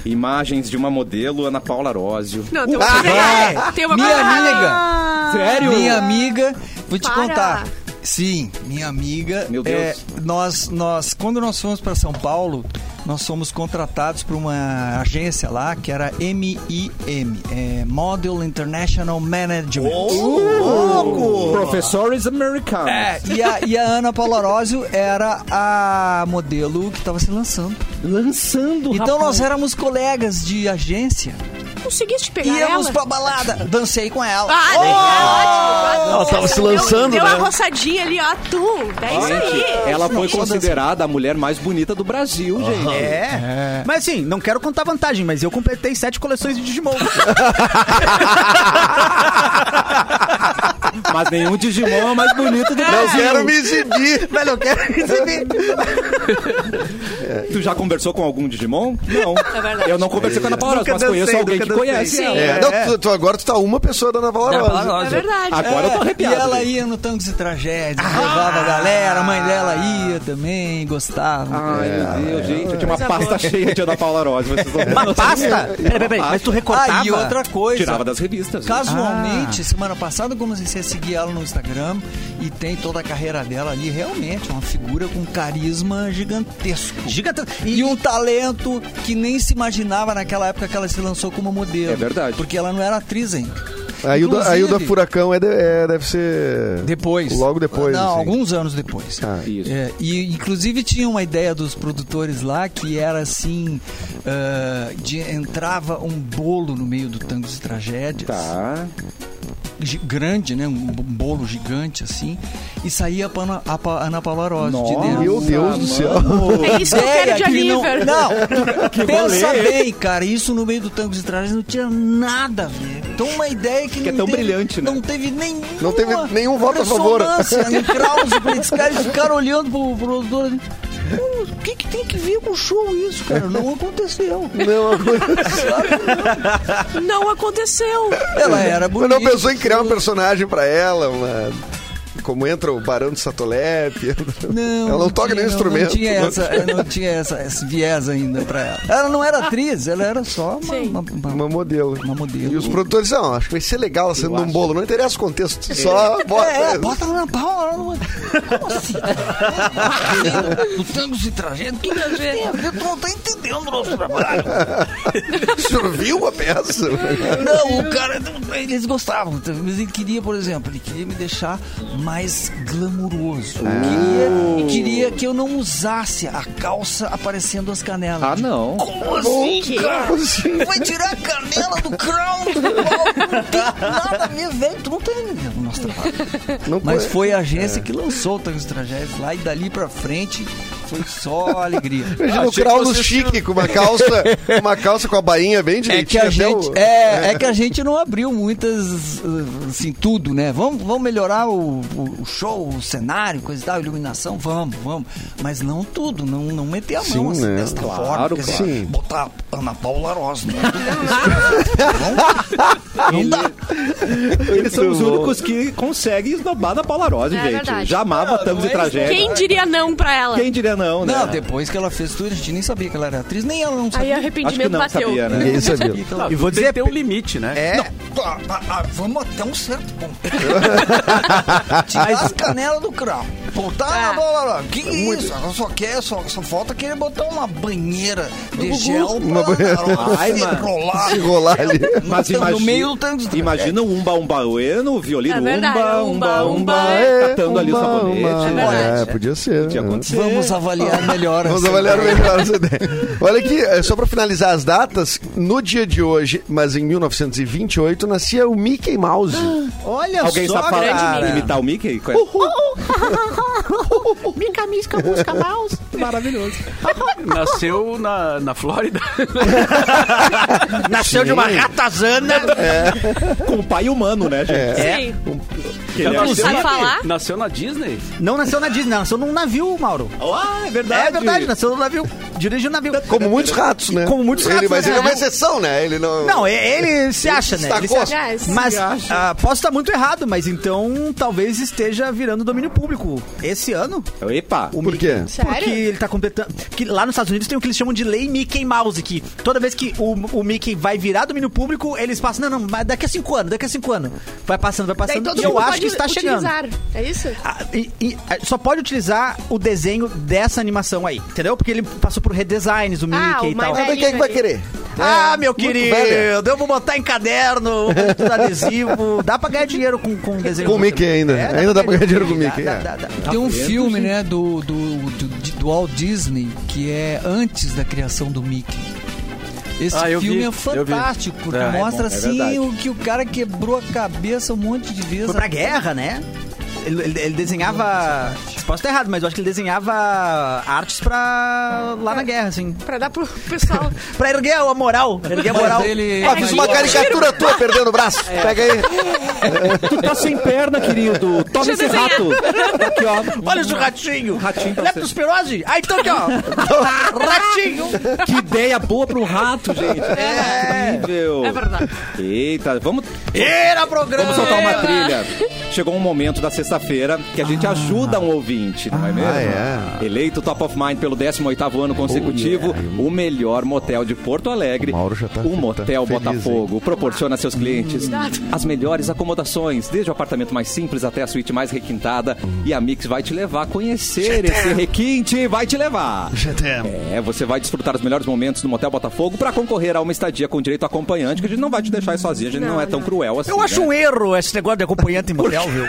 A: imagens de uma modelo, Ana Paula Arósio.
D: Uh,
B: Não,
D: ah,
B: tem uma coisa errada. Tem uma Ah,
G: Minha
B: coisa errada.
G: amiga,
A: Sério?
G: minha amiga, vou te
B: Para.
G: contar. Sim, minha amiga.
A: Meu Deus.
G: é, nós, nós, quando nós fomos para São Paulo, nós fomos contratados por uma agência lá que era MIM, é Model International Management.
A: Professores americanos.
G: É, e a, e a Ana Paula Arósio era a modelo que estava se lançando.
A: Lançando,
G: Então nós éramos colegas de agência.
B: Conseguiste pegar
F: é
G: Íamos
B: ela?
G: pra balada. Dancei com ela.
B: Ah, legal, ótimo.
D: Ela tava se
B: Deu-
D: lançando,
B: Deu
D: né?
B: uma roçadinha ali, ó, tum. É isso aí.
A: Ela foi
G: Nossa.
A: considerada a mulher mais bonita do Brasil, gente.
C: É. Mas assim, não quero contar vantagem, mas eu completei sete coleções de Digimon.
A: Mas nenhum Digimon é mais bonito do
D: Não
A: Brasil.
D: quero me exibir.
C: Velho, eu quero receber.
A: Tu já conversou com algum Digimon? Não.
B: É verdade.
A: Eu não conversei com a Ana Paula,
C: Nunca
A: mas conheço
C: dancei,
A: alguém que
C: nunca dancei.
A: conhece
B: Sim.
A: ela.
D: É, não, tu, tu agora tu tá uma pessoa da Ana
G: Ana Paula
D: Valorosa.
B: É
G: Arósio.
B: verdade.
A: Agora eu tô arrepiado.
G: E ela
A: gente.
G: ia no Tangos e Tragédias,
A: Ah!
G: levava a galera, a mãe dela ia também, gostava.
A: Ai, meu Deus, gente. Eu tinha uma pasta cheia de Ana Paula Rosa. Vocês vão ver.
C: Uma pasta? Peraí, peraí, peraí. Mas tu recortava?
G: Ah, e outra coisa.
A: Tirava Ah. das revistas.
G: Casualmente, semana passada eu comecei a seguir ela no Instagram e tem toda a carreira dela ali. Realmente, é uma figura com carisma gigantesco.
C: Gigante...
G: E um talento que nem se imaginava naquela época que ela se lançou como modelo.
A: É verdade.
G: Porque ela não era atriz ainda.
D: Aí o da- aí o da
G: Inclusive-
D: Furacão é de- é, deve ser.
G: Depois.
D: Logo depois.
G: Não,
D: assim.
G: alguns anos depois.
D: Ah.
A: Isso.
G: É, e inclusive tinha uma ideia dos produtores lá que era assim: ah, de- entrava um bolo no meio do Tangos e Tragédias.
A: Tá.
G: gi- Grande, né? Um b- bolo gigante assim. E saía a, Pana- a Pa- Ana Paula Arósio de
A: Nossa,
G: dentro.
D: Meu Deus do céu.
B: É isso que eu quero de
G: que não,
B: Oliver.
G: não que pensa
A: rolê.
G: bem, cara. Isso no meio do tango de trás não tinha nada a ver. Então uma ideia que,
A: Que é
G: não
A: tão
G: teve,
A: brilhante, né?
G: Não teve nenhuma
D: Não teve nenhum voto a favor.
G: ressonância, nem Krause, um pra esses caras ficaram olhando pro produtor. ali. "Pô, O que, que tem que ver com o show isso, cara? Não aconteceu.
D: Não, alguns-
B: Não aconteceu.
G: Ela era
D: eu
G: bonita.
D: não pensou em criar um personagem pra ela, mano. Como entra o Barão de Satolep.
G: Não,
D: ela não toca
G: tinha,
D: nem
G: não-
D: instrumento.
G: Não tinha, essa, é, não tinha essa, esse viés ainda pra ela. Ela não era atriz, ela era só uma-
B: Sim.
G: uma- uma-
D: Uma modelo.
G: Uma modelo.
D: E os produtores disseram, "Não, acho que vai ser legal ela sendo um bolo. Não interessa o contexto, só bota.
G: É, é, bota lá na pau. lá no- Como assim?
F: Do tango se trajando, que
G: Eu tô- tô entendendo.
F: eu trouxe pra baralho.
D: Serviu a peça.
G: Não, o cara, eles gostavam. Mas ele queria, por exemplo, ele queria me deixar
F: mais glamuroso.
G: Ah.
F: Queria- e queria que eu não usasse a calça aparecendo as canelas.
A: Ah, não.
F: Como assim,
B: Que?
F: cara? Vai tirar a canela do crown do pau? Não tem nada a ver, velho. Tu não tem o nosso trabalho.
D: Não
F: Mas
D: co-
F: foi a agência que lançou o Tanques Tragédias lá e dali pra frente foi só alegria.
D: Imagina o
E: Achei que
D: Kraulo
E: vocês
D: chique com uma calça, uma calça com a bainha bem
F: É que,
D: direitinha.
F: a
D: até
F: gente,
D: o-
F: é, é que a gente não abriu muitas, uh, assim, tudo, né? Vamos, vamos melhorar o, o- o show, o cenário, coisa e tal, iluminação, vamos, vamos. Mas não tudo, não, não meter a mão
D: Sim,
F: assim,
D: né?
F: desta
A: Claro,
F: forma.
A: claro.
F: assim,
D: Sim.
F: botar Ana Paula Rosa. Né? não, não dá.
A: Eles são os únicos que conseguem esnobar na Paula Rose,
B: É
A: gente.
B: verdade.
A: Já amava Tamos e Tragédia.
B: Quem diria não pra ela?
A: Quem diria é não, né?
F: Não, depois que ela fez tudo, a gente nem sabia que ela era atriz, nem ela não
B: Aí
F: sabia.
A: Acho que
B: arrependimento
A: não
B: bateu.
A: sabia, né?
D: Ninguém sabia.
F: que
E: Ah,
F: ela-
C: E vou
E: tem
C: dizer-
E: que ter um limite, né?
C: É,
F: Não, ah, ah, ah, vamos até um certo ponto. Tirar as canelas do crau. Botar
B: Ah.
F: na bola lá. Que isso? Ela só quer, só, só falta querer botar uma banheira de gel pra
D: Uma banheira.
F: Ana
A: Ai,
F: se
A: mano.
F: rolar.
D: Se rolar ali.
A: Mas
F: No
A: imagina,
F: meio do tango de-
A: imagina um umba umba no violino
B: É verdade,
A: umba umba
B: umba,
A: umba,
B: umba,
A: é, catando ali o
D: uma-
A: sabonete.
D: uma-
A: né?
D: É, podia ser.
A: Podia
D: né?
A: acontecer.
F: Vamos avaliar melhor.
D: Vamos
F: essa
D: avaliar
F: ideia.
D: melhor essa ideia. Olha aqui, é, só para finalizar as datas, no dia de hoje, mas em 1928, nascia o Mickey Mouse. Ah,
C: olha
A: Alguém
C: só,
A: está falando
C: cara.
A: de imitar o Mickey? Qual é?
B: Brinca, misca, busca, mouse.
A: Maravilhoso.
E: Nasceu na, na Flórida.
C: Nasceu de uma ratazana.
A: Com o pai humano, né, gente?
B: Sim.
A: Que ele é
E: nasceu
B: Sabe
E: na-
B: falar?
E: Nasceu na Disney.
C: Não nasceu na Disney, nasceu num navio, Mauro.
A: Ah, é verdade.
C: É verdade, nasceu num navio. Dirige um navio.
D: Como muitos ratos, né?
C: Como muitos
D: Ele-
C: ratos,
D: Mas
C: né?
D: ele é uma exceção, né? Ele não.
C: Não, e- ele se acha, né? Ele se
D: destacou.
C: acha. Mas
A: acha.
C: ah, posso estar muito errado, mas então talvez esteja virando domínio público esse ano.
A: Então, Epa.
C: O
D: Por
C: Mi-
D: quê?
C: Porque
B: Sério?
C: ele tá completando. Porque lá nos Estados Unidos tem o que eles chamam de lei Mickey Mouse, que toda vez que o, o Mickey vai virar domínio público, eles passam. Não, não, mas daqui a cinco anos, daqui a cinco anos. Vai passando, vai
B: Daí
C: passando.
B: todo
C: e eu
B: mundo
C: acho
B: pode
C: que está chegando.
B: utilizar. É isso?
C: Ah, e- e, ah, só pode utilizar o desenho dessa animação aí, entendeu? Porque ele passou por redesigns, o Mickey
B: Ah,
C: e
B: o
C: tal.
B: mais
D: Mas quem é que vai
B: ali.
D: querer?
C: Ah, meu
D: muito
C: querido,
D: velha.
C: eu vou botar em caderno, vou botar adesivo. Dá pra ganhar dinheiro com, com um desenho. É,
D: Com o Mickey ainda. né? Ainda dá pra ganhar dinheiro com o
C: dá,
D: Mickey,
C: dá,
D: é.
C: dá, dá.
F: Tem um filme, né, do, do, do, do Walt Disney, que é antes da criação do Mickey. Esse
E: Ah, eu
F: filme
E: vi,
F: é
E: eu vi.
F: fantástico, porque
E: É, é bom,
F: mostra
A: é verdade.
F: assim o que o cara quebrou a cabeça um monte de vezes.
C: Foi pra guerra, né? Ele, ele- ele desenhava. Posso estar errado, mas eu acho que ele desenhava artes pra. lá na guerra, assim.
B: Pra dar pro pessoal.
C: Pra erguer a moral. Erguer a
F: Mas
C: moral.
F: ele-
D: Ah,
F: mas-
D: fiz uma caricatura tua perdendo o braço.
C: É.
D: Pega aí.
A: Tu tá sem perna, querido. Toma
B: Deixa eu
A: esse rato. Tá Aqui, ó.
C: Olha esse ratinho.
A: Ratinho pra você.
C: Leptospirose? Ah, então aqui, ó. ratinho.
A: Que ideia boa pra um rato, gente. É. Incrível.
B: É verdade.
A: Eita, vamos
C: Era programa.
A: Vamos soltar uma trilha. Chegou um momento da sexta-feira que a gente ajuda um ouvinte, não é mesmo?
D: Ah, Oh,
A: Eleito Top of Mind pelo 18º consecutivo, o melhor motel de Porto Alegre.
D: O Mauro já tá-
A: o
D: tá
A: Motel
D: feliz,
A: Botafogo proporciona a seus clientes as melhores acomodações, desde o apartamento mais simples até a suíte mais requintada.
D: Hum.
A: E a Mix vai te levar a conhecer esse requinte, vai te levar. É, você vai desfrutar os melhores momentos do Motel Botafogo para concorrer a uma estadia com direito a acompanhante, que a gente não vai te deixar aí sozinho, a gente não, é tão cruel assim.
C: Eu acho
A: né?
C: um erro esse negócio de acompanhante em motel, viu?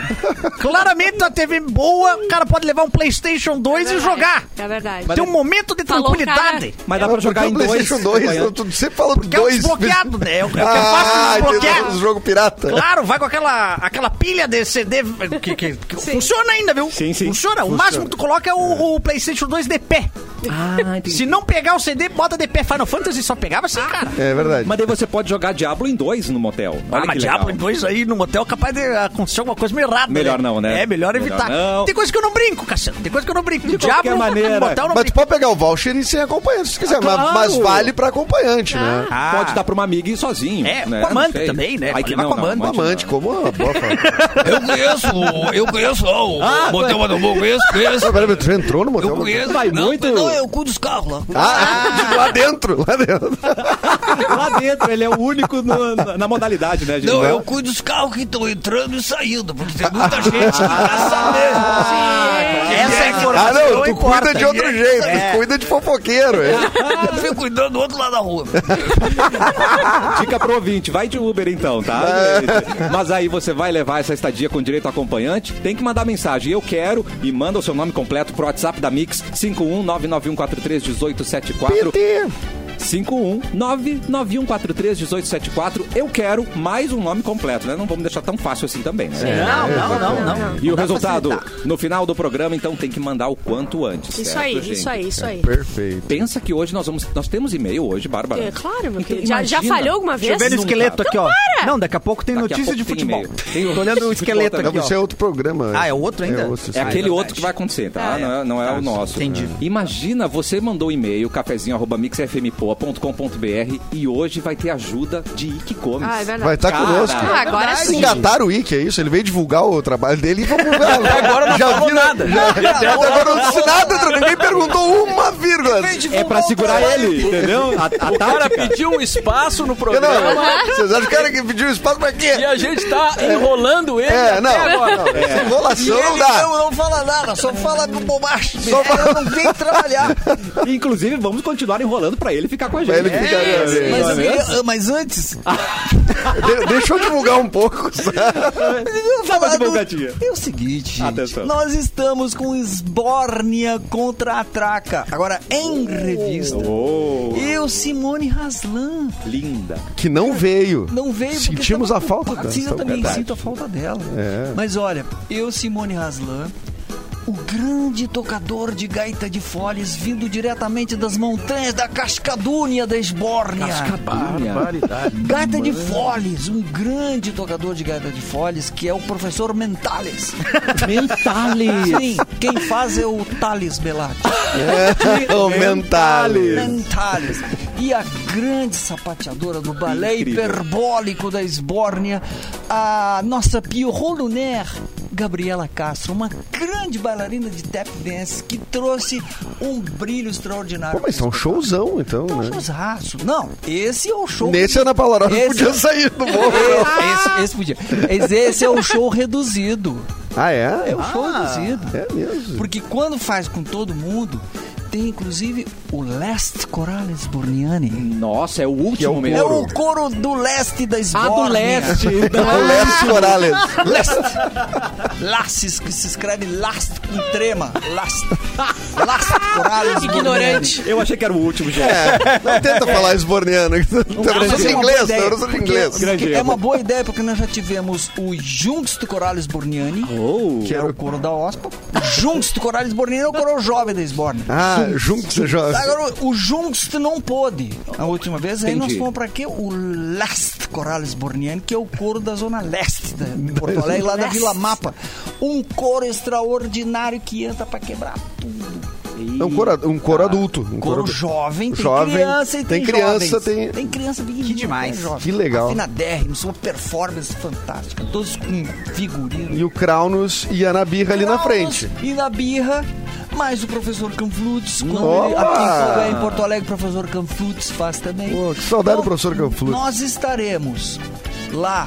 C: Claramente uma TV boa, o cara pode levar um Playstation 2 e jogar.
B: É verdade.
C: Tem um momento de
B: Falou,
C: tranquilidade.
A: Mas dá pra jogar
D: Porque
A: em
D: o
A: dois.
D: PlayStation 2, não, tu sempre falou
C: Que é um
D: dois.
C: desbloqueado, né? É o que eu
D: Ah,
C: faço desbloquear.
D: um jogo pirata.
C: Claro, vai com aquela, aquela pilha de CD que, que- que
B: Sim.
C: funciona ainda, viu?
A: Sim, sim.
C: Funciona. O máximo que tu coloca é o, o PlayStation 2 de pé.
H: Ah,
C: Se não pegar o CD, bota de pé. Final Fantasy só
A: Ah,
C: pegava assim, cara.
D: É verdade.
A: Mas daí você pode jogar Diablo em dois no motel. Olha
C: Ah,
A: que
C: mas
A: legal.
C: Diablo 2 aí no motel é capaz de acontecer alguma coisa meio errada.
A: Melhor não, né?
C: É, melhor
A: Melhor
C: evitar.
A: não.
C: Tem coisa que eu não brinco, Cassiano. Tem coisa que eu não brinco. De
A: qualquer
C: Diablo
A: maneira.
C: no motel eu não
D: Mas tu
C: brinco.
D: pode pegar o voucher e sem acompanhante, se quiser.
A: claro.
D: mas, mas vale pra acompanhante, né?
C: Ah,
A: Pode dar pra uma amiga e ir sozinho.
C: É,
A: né?
C: com a amante
A: Não sei.
C: também, né?
A: Ai,
C: Pode
A: que
C: levar
A: não,
C: com a
A: não,
C: amante.
A: amante
D: Um Amante,
A: não.
D: como uma boa fala.
I: Eu conheço, o- eu conheço lá o ah, Motel Botafogo, conheço, conheço.
D: Ah, peraí, tu já entrou no motel?
I: Eu conheço.
A: Vai
I: não,
A: muito?
I: Não, é o cu dos carros lá.
D: Ah, lá dentro, lá dentro.
A: Lá dentro, ele é o único no- na, na modalidade, né, gente?
C: é
I: Não, eu cuido dos carros que estão entrando e saindo, porque tem muita gente que tá sabendo.
B: Ah,
C: Essa
I: Quem é
C: é a
I: que tá
D: Ah,
C: informação.
D: não, tu
C: importa. É.
D: cuida de outro jeito, tu cuida de fofoqueiro. é.
J: Eu fico cuidando do outro lado da rua.
A: Dica pro ouvinte, vai de Uber então, tá? gente? Mas aí você vai levar essa estadia com direito a acompanhante, tem que mandar mensagem, eu quero, e manda o seu nome completo pro WhatsApp da Mix, 51991431874.
D: PT.
A: 51991431874. Eu quero mais um nome completo, né? Não vamos deixar tão fácil assim também, né?
C: Não, não, não, não.
A: E o
C: Dá pra
A: resultado,
C: facilitar.
A: no final do programa, então, tem que mandar o quanto antes.
B: Isso
A: certo,
B: aí,
A: gente?
B: isso aí,
C: É.
B: isso aí.
D: Perfeito.
A: Pensa que hoje nós vamos. Nós temos e-mail hoje, Bárbara.
B: É, claro, meu
A: Então,
B: querido. Já, já
A: imagina.
B: falhou alguma
C: Deixa eu
B: vez?
C: ver no esqueleto aqui, ó.
B: para!
C: Não, daqui a pouco tem
A: Daqui a
C: notícia
A: pouco tem
C: de futebol.
A: e-mail. Tem o-
C: Tô olhando o esqueleto
A: também.
D: Não,
C: aqui,
D: você é
C: ó.
D: outro programa.
C: Ah, é outro
A: É
C: ainda?
A: aquele
C: verdade.
A: outro que vai acontecer, tá?
B: Ah, é.
A: Não, é, não é o nosso.
C: Entendi.
A: Imagina, você mandou um e-mail, cafezinho.mixfmpoa.com.br e hoje vai ter ajuda de Ike Gomes.
B: Ah, é verdade.
C: tá-
D: Vai estar
A: Cara,
D: conosco.
B: Ah, agora
D: Se
B: sim.
D: engataram o Ike, é isso? Ele veio divulgar o trabalho dele e vamos ver. agora não já falou nada. Já, até agora não disse nada, Tro, ninguém perguntou uma vírgula.
A: É pra segurar ele, entendeu? A, a
H: O cara
A: tática.
H: pediu um espaço no
D: Eu
H: programa
D: não- Vocês acham que o cara que pediu espaço pra quê?
H: e a gente tá enrolando ele.
D: É, não,
H: até agora.
D: não, essa enrolação não dá.
F: Não, não fala nada, só fala do bobagem.
D: Só fala-
F: Não vem trabalhar.
A: Inclusive, vamos continuar enrolando pra ele ficar com a gente.
D: Pra ele ficar-
A: É,
F: Mas,
A: não é
F: eu
A: mesmo?
F: queria- mas antes,
D: De- deixa eu divulgar um pouco. sabe?
A: Dá
F: eu
A: uma
F: falar do-
A: divulgadinha.
F: É o seguinte, gente,
A: Atenção.
F: nós estamos com Esbórnia contra a Traca. Agora, em revista.
A: Oh,
F: Eu, Simone Haslan,
A: linda.
D: Que não veio.
F: não veio porque
D: Sentimos
F: estava
D: a falta
F: ocupada.
D: dela,
F: Sim, eu
D: então,
F: também
A: verdade.
F: sinto a falta dela. né?
D: É.
F: Mas olha, eu, Simone Haslan, o grande tocador de gaita de foles vindo diretamente das montanhas da Cascadúnia da Esbórnia. Gaita de Foles, um grande tocador de gaita de Foles, que é o professor Mentales. Mentales! Sim, quem faz é o Thales Belati.
D: o Mentales.
F: Mentales. E a grande sapateadora do balé
A: Incrível.
F: hiperbólico da Esbórnia, a nossa Piorro Luner, Gabriela Castro, uma grande bailarina de tap dance que trouxe um brilho extraordinário.
D: Pô, mas é um showzão, então,
F: É um
D: né?
F: showzaço. Não, esse é o show.
D: Nesse Ana Paula Rosa
F: Esse-
D: podia sair do bolo.
F: Esse,
A: Ah!
F: esse- esse podia. Esse, esse é o show reduzido.
D: Ah, é?
F: É o show reduzido.
D: É mesmo.
F: Porque quando faz com todo mundo, tem inclusive o Leste Corales Borniani.
A: Nossa, é o
D: Que é o
A: último
F: É
A: mesmo.
F: o coro do leste da
A: Ah,
F: Esbórnia.
A: do leste.
F: Ah.
D: O Leste Corales.
F: Lastes, que se escreve Last com trema. Last. Last Corales
B: Ignorante.
A: Eu achei que era o último, gente.
D: Não tenta falar esborniano. Eu não
F: Borniani.
D: sou
F: É uma
D: inglês,
F: boa
D: eu não sou de
F: ideia,
D: inglés.
F: porque-
A: Grande
F: porque É
A: erro.
F: uma boa ideia, porque nós já tivemos o Juntos do Corales Borniani,
A: Oh.
F: que é o coro da OSPA. Juntos do Corales Borniani é o coro jovem da Esbórnia.
D: Ah, junto você joga.
F: Tá, Agora, o Junks não pôde. A última vez, aí
A: Entendi.
F: nós fomos pra quê? O Last Corales Borniani, que é o coro da Zona Leste da de Porto Alegre, lá da
B: Leste.
F: Vila Mapa. Um coro extraordinário que entra pra quebrar tudo.
D: É um coro, um coro adulto. Um
F: Ah, Coro
D: coro
F: jovem, tem
D: jovem,
F: criança e tem,
D: tem criança,
F: jovens.
D: tem-
F: Tem criança pequenininha,
C: Que demais.
F: tem jovem.
D: Que legal.
F: Afinadérrimos, uma performance fantástica. Todos com um figurino.
D: E o Kraunos e a Ana Birra ali na frente.
F: E na birra, mais o professor Canflutes. Quando
D: Opa!
F: ele, aqui em São Paulo, em Porto Alegre, o professor Canflutes faz também. Então,
D: Pô, que saudade do professor Canflutes.
F: Nós estaremos lá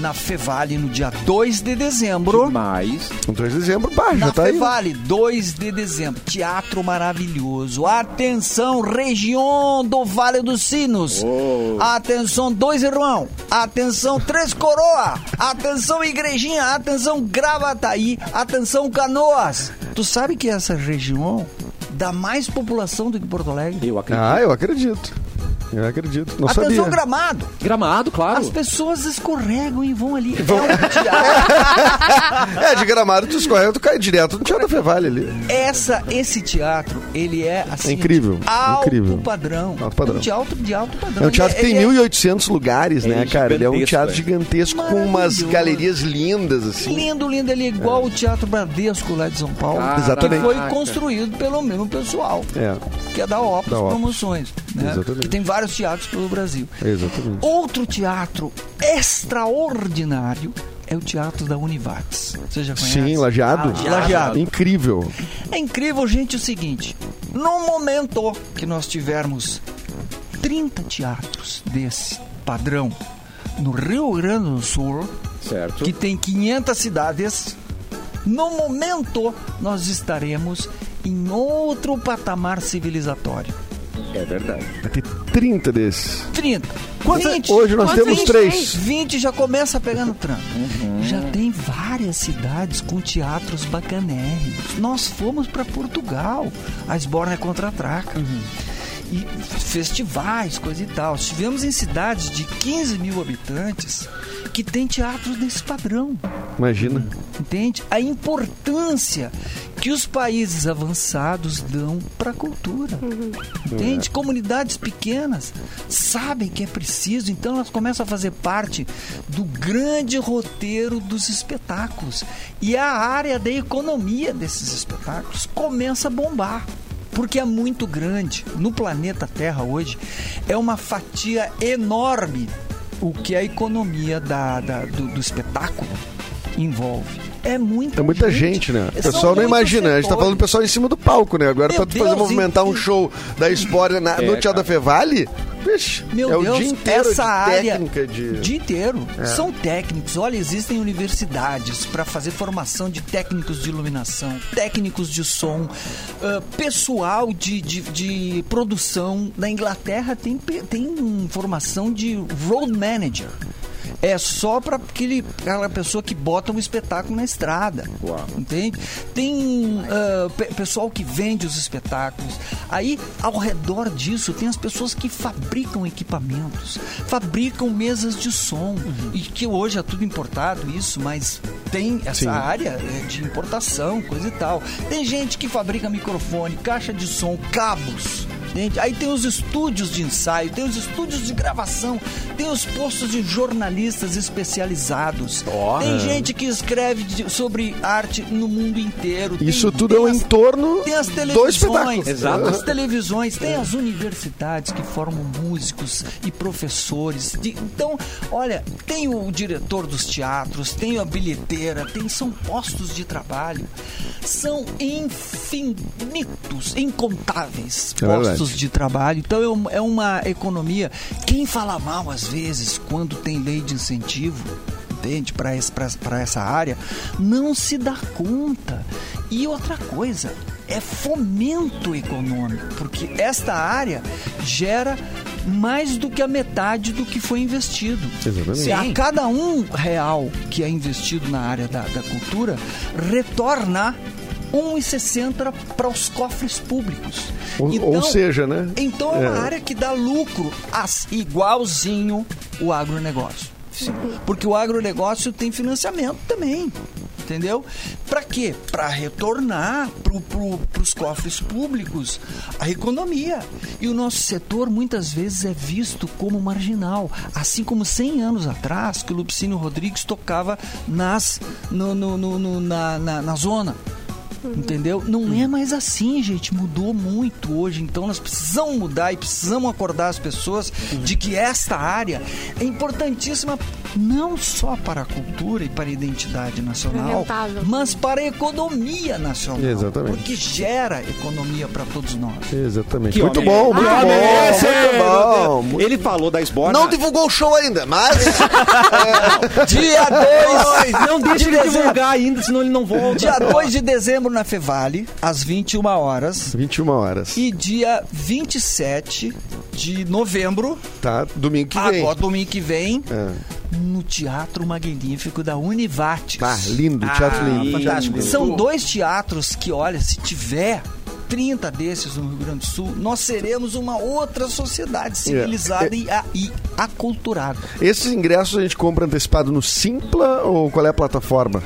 F: na Fevale no dia 2 de dezembro.
A: Mas,
D: Um 3 de dezembro, bah, já
F: Na
D: tá aí.
F: Fevale, 2 de dezembro. Teatro maravilhoso. Atenção, região do Vale dos Sinos.
D: Oh.
F: Atenção, dois irmãos. Atenção, três coroa. Atenção, igrejinha. Atenção, gravataí. Atenção, canoas. Tu sabe que essa região dá mais população do que Porto Alegre?
A: eu acredito.
D: Ah, eu acredito. Eu acredito. Não
F: Atenção,
D: sabia. Oh.
F: gramado.
A: Gramado, claro.
F: As pessoas escorregam e vão ali. É um teatro.
D: É, de gramado, tu escorrega, tu cai direto no Tchau da Fevale ali.
F: Essa, esse teatro, ele é assim.
D: É incrível,
F: de Alto
D: incrível.
F: padrão.
D: Alto padrão.
F: Um De alto, de alto padrão.
D: É um teatro que tem
F: Ele é-
D: 1.800 lugares, né,
A: É
D: cara? Ele é um
A: gigantesco,
D: teatro
A: é.
D: gigantesco com umas
F: Maravilhoso.
D: galerias lindas,
F: ele é
D: assim.
F: Lindo, lindo. Ele é igual o Teatro Bradesco lá de São Paulo.
A: Caraca.
D: Exatamente.
F: Que foi construído pelo mesmo pessoal.
D: É,
F: Que é da Opus
D: Da Opus.
F: Promoções. Né?
D: Exatamente. Hum.
F: Que tem vários teatros pelo Brasil.
D: exatamente.
F: Outro teatro extraordinário é o Teatro da Univates. Você já conhece? Ah,
D: Sim, lajeado.
F: Lajeado.
D: Incrível.
F: É incrível, gente, o seguinte: no momento que nós tivermos 30 teatros desse padrão no Rio Grande do Sul,
A: Certo.
F: que tem 500 cidades, No momento, nós estaremos em outro patamar civilizatório.
A: É verdade.
D: Vai ter 30 desses.
F: 30.
D: Quantos-
F: 20.
D: Então, hoje nós
B: Quantos
D: temos
B: tem?
D: três. Uhum.
F: 20 já começa pegando trânsito. Já tem várias cidades com teatros bacanérrimos. Nós fomos para Portugal. A Esborna é contra-traca.
D: Uhum.
F: E festivais, coisa e tal. Estivemos em cidades de 15 mil habitantes que tem teatros desse padrão.
D: Imagina.
F: Entende? A importância que os países avançados dão para a cultura. Entende? Comunidades pequenas sabem que é preciso, então elas começam a fazer parte do grande roteiro dos espetáculos. E a área da economia desses espetáculos começa a bombar. Porque é muito grande. No planeta Terra hoje, é uma fatia enorme o que a economia da, da- do, do espetáculo envolve. É muita,
D: É muita gente, né? O
F: São
D: pessoal não
F: muitos
D: imagina, né? A gente tá
F: setores.
D: falando do pessoal em cima do palco, né? Agora
F: Meu
D: pra tu fazer
F: Deus,
D: movimentar
F: e- É,
D: um show da Sport na, no Teatro da Fevale, vixe,
F: Meu
D: é o
F: Deus,
D: dia inteiro
F: essa
D: de
F: área
D: técnica de... É.
F: o dia inteiro. São técnicos. Olha, existem universidades para fazer formação de técnicos de iluminação, técnicos de som, ah, pessoal de, de, de produção. Na Inglaterra tem, pe- tem formação de road manager. É só para aquele aquela pessoa que bota um espetáculo na estrada. Entende? Tem ah, pe- pessoal que vende os espetáculos. Aí, ao redor disso, tem as pessoas que fabricam equipamentos, fabricam mesas de som.
D: Uhum.
F: E que hoje é tudo importado, isso, mas tem essa área é, de importação, coisa e tal. Tem gente que fabrica microfone, caixa de som, cabos. Entende? Aí tem os estúdios de ensaio, tem os estúdios de gravação, tem os postos de jornalistas especializados. Tem gente que escreve de- sobre arte no mundo inteiro. tem-
D: Isso tudo
F: tem
D: é um
F: as-
D: entorno
F: tem as
D: do espetáculo.
F: televisões, as televisões, tem as universidades que formam músicos e professores. De- então, olha, tem o diretor dos teatros, tem a bilheteira, tem são postos de trabalho, são infinitos, incontáveis
D: É verdade.
F: postos de trabalho. Então é um- é uma economia. Quem fala mal às vezes quando tem lei de incentivo, entende? Para essa área, não se dá conta. E outra coisa é fomento econômico, porque esta área gera mais do que a metade do que foi investido.
D: Exatamente.
F: Se a cada um real que é investido na área da, da cultura retorna 1,60 para os cofres públicos.
D: Ou- ou seja, né?
F: Então é uma
D: É.
F: área que dá lucro as- igualzinho o agronegócio. Sim. Porque o agronegócio tem financiamento também. Entendeu? Para quê? Para retornar para os cofres públicos a economia. E o nosso setor muitas vezes é visto como marginal. Assim como 100 anos atrás, que o Lupicínio Rodrigues tocava nas, no- no- no- no- na- na- na zona. Entendeu? Não é mais assim, gente. Mudou muito hoje. Então nós precisamos mudar e precisamos acordar as pessoas de que esta área é importantíssima não só para a cultura e para a identidade nacional,
B: Rentável.
F: mas para a economia nacional.
D: Exatamente.
F: Porque gera economia para todos nós.
D: Exatamente.
A: Que
D: muito
A: homem.
D: bom, muito
A: Ah,
D: bom,
A: merece,
D: muito bom.
A: meu Deus. Ele falou da esborna.
D: Não divulgou o show ainda, mas
F: Dia 2!
A: Não deixa ele divulgar ainda, senão ele não volta.
F: Dia 2 de dezembro na Fevale, às 21 horas.
D: 21 horas.
F: E dia 27 de novembro,
D: Tá, domingo que vem.
F: agora domingo que vem,
D: É.
F: no Teatro Magnífico da Univates.
D: Ah, lindo, teatro lindo.
A: fantástico.
F: São dois teatros que, olha, se tiver 30 desses no Rio Grande do Sul, nós seremos uma outra
A: É.
F: sociedade civilizada e, a- e aculturada.
D: Esses ingressos a gente compra antecipado no Simpla ou qual é a plataforma?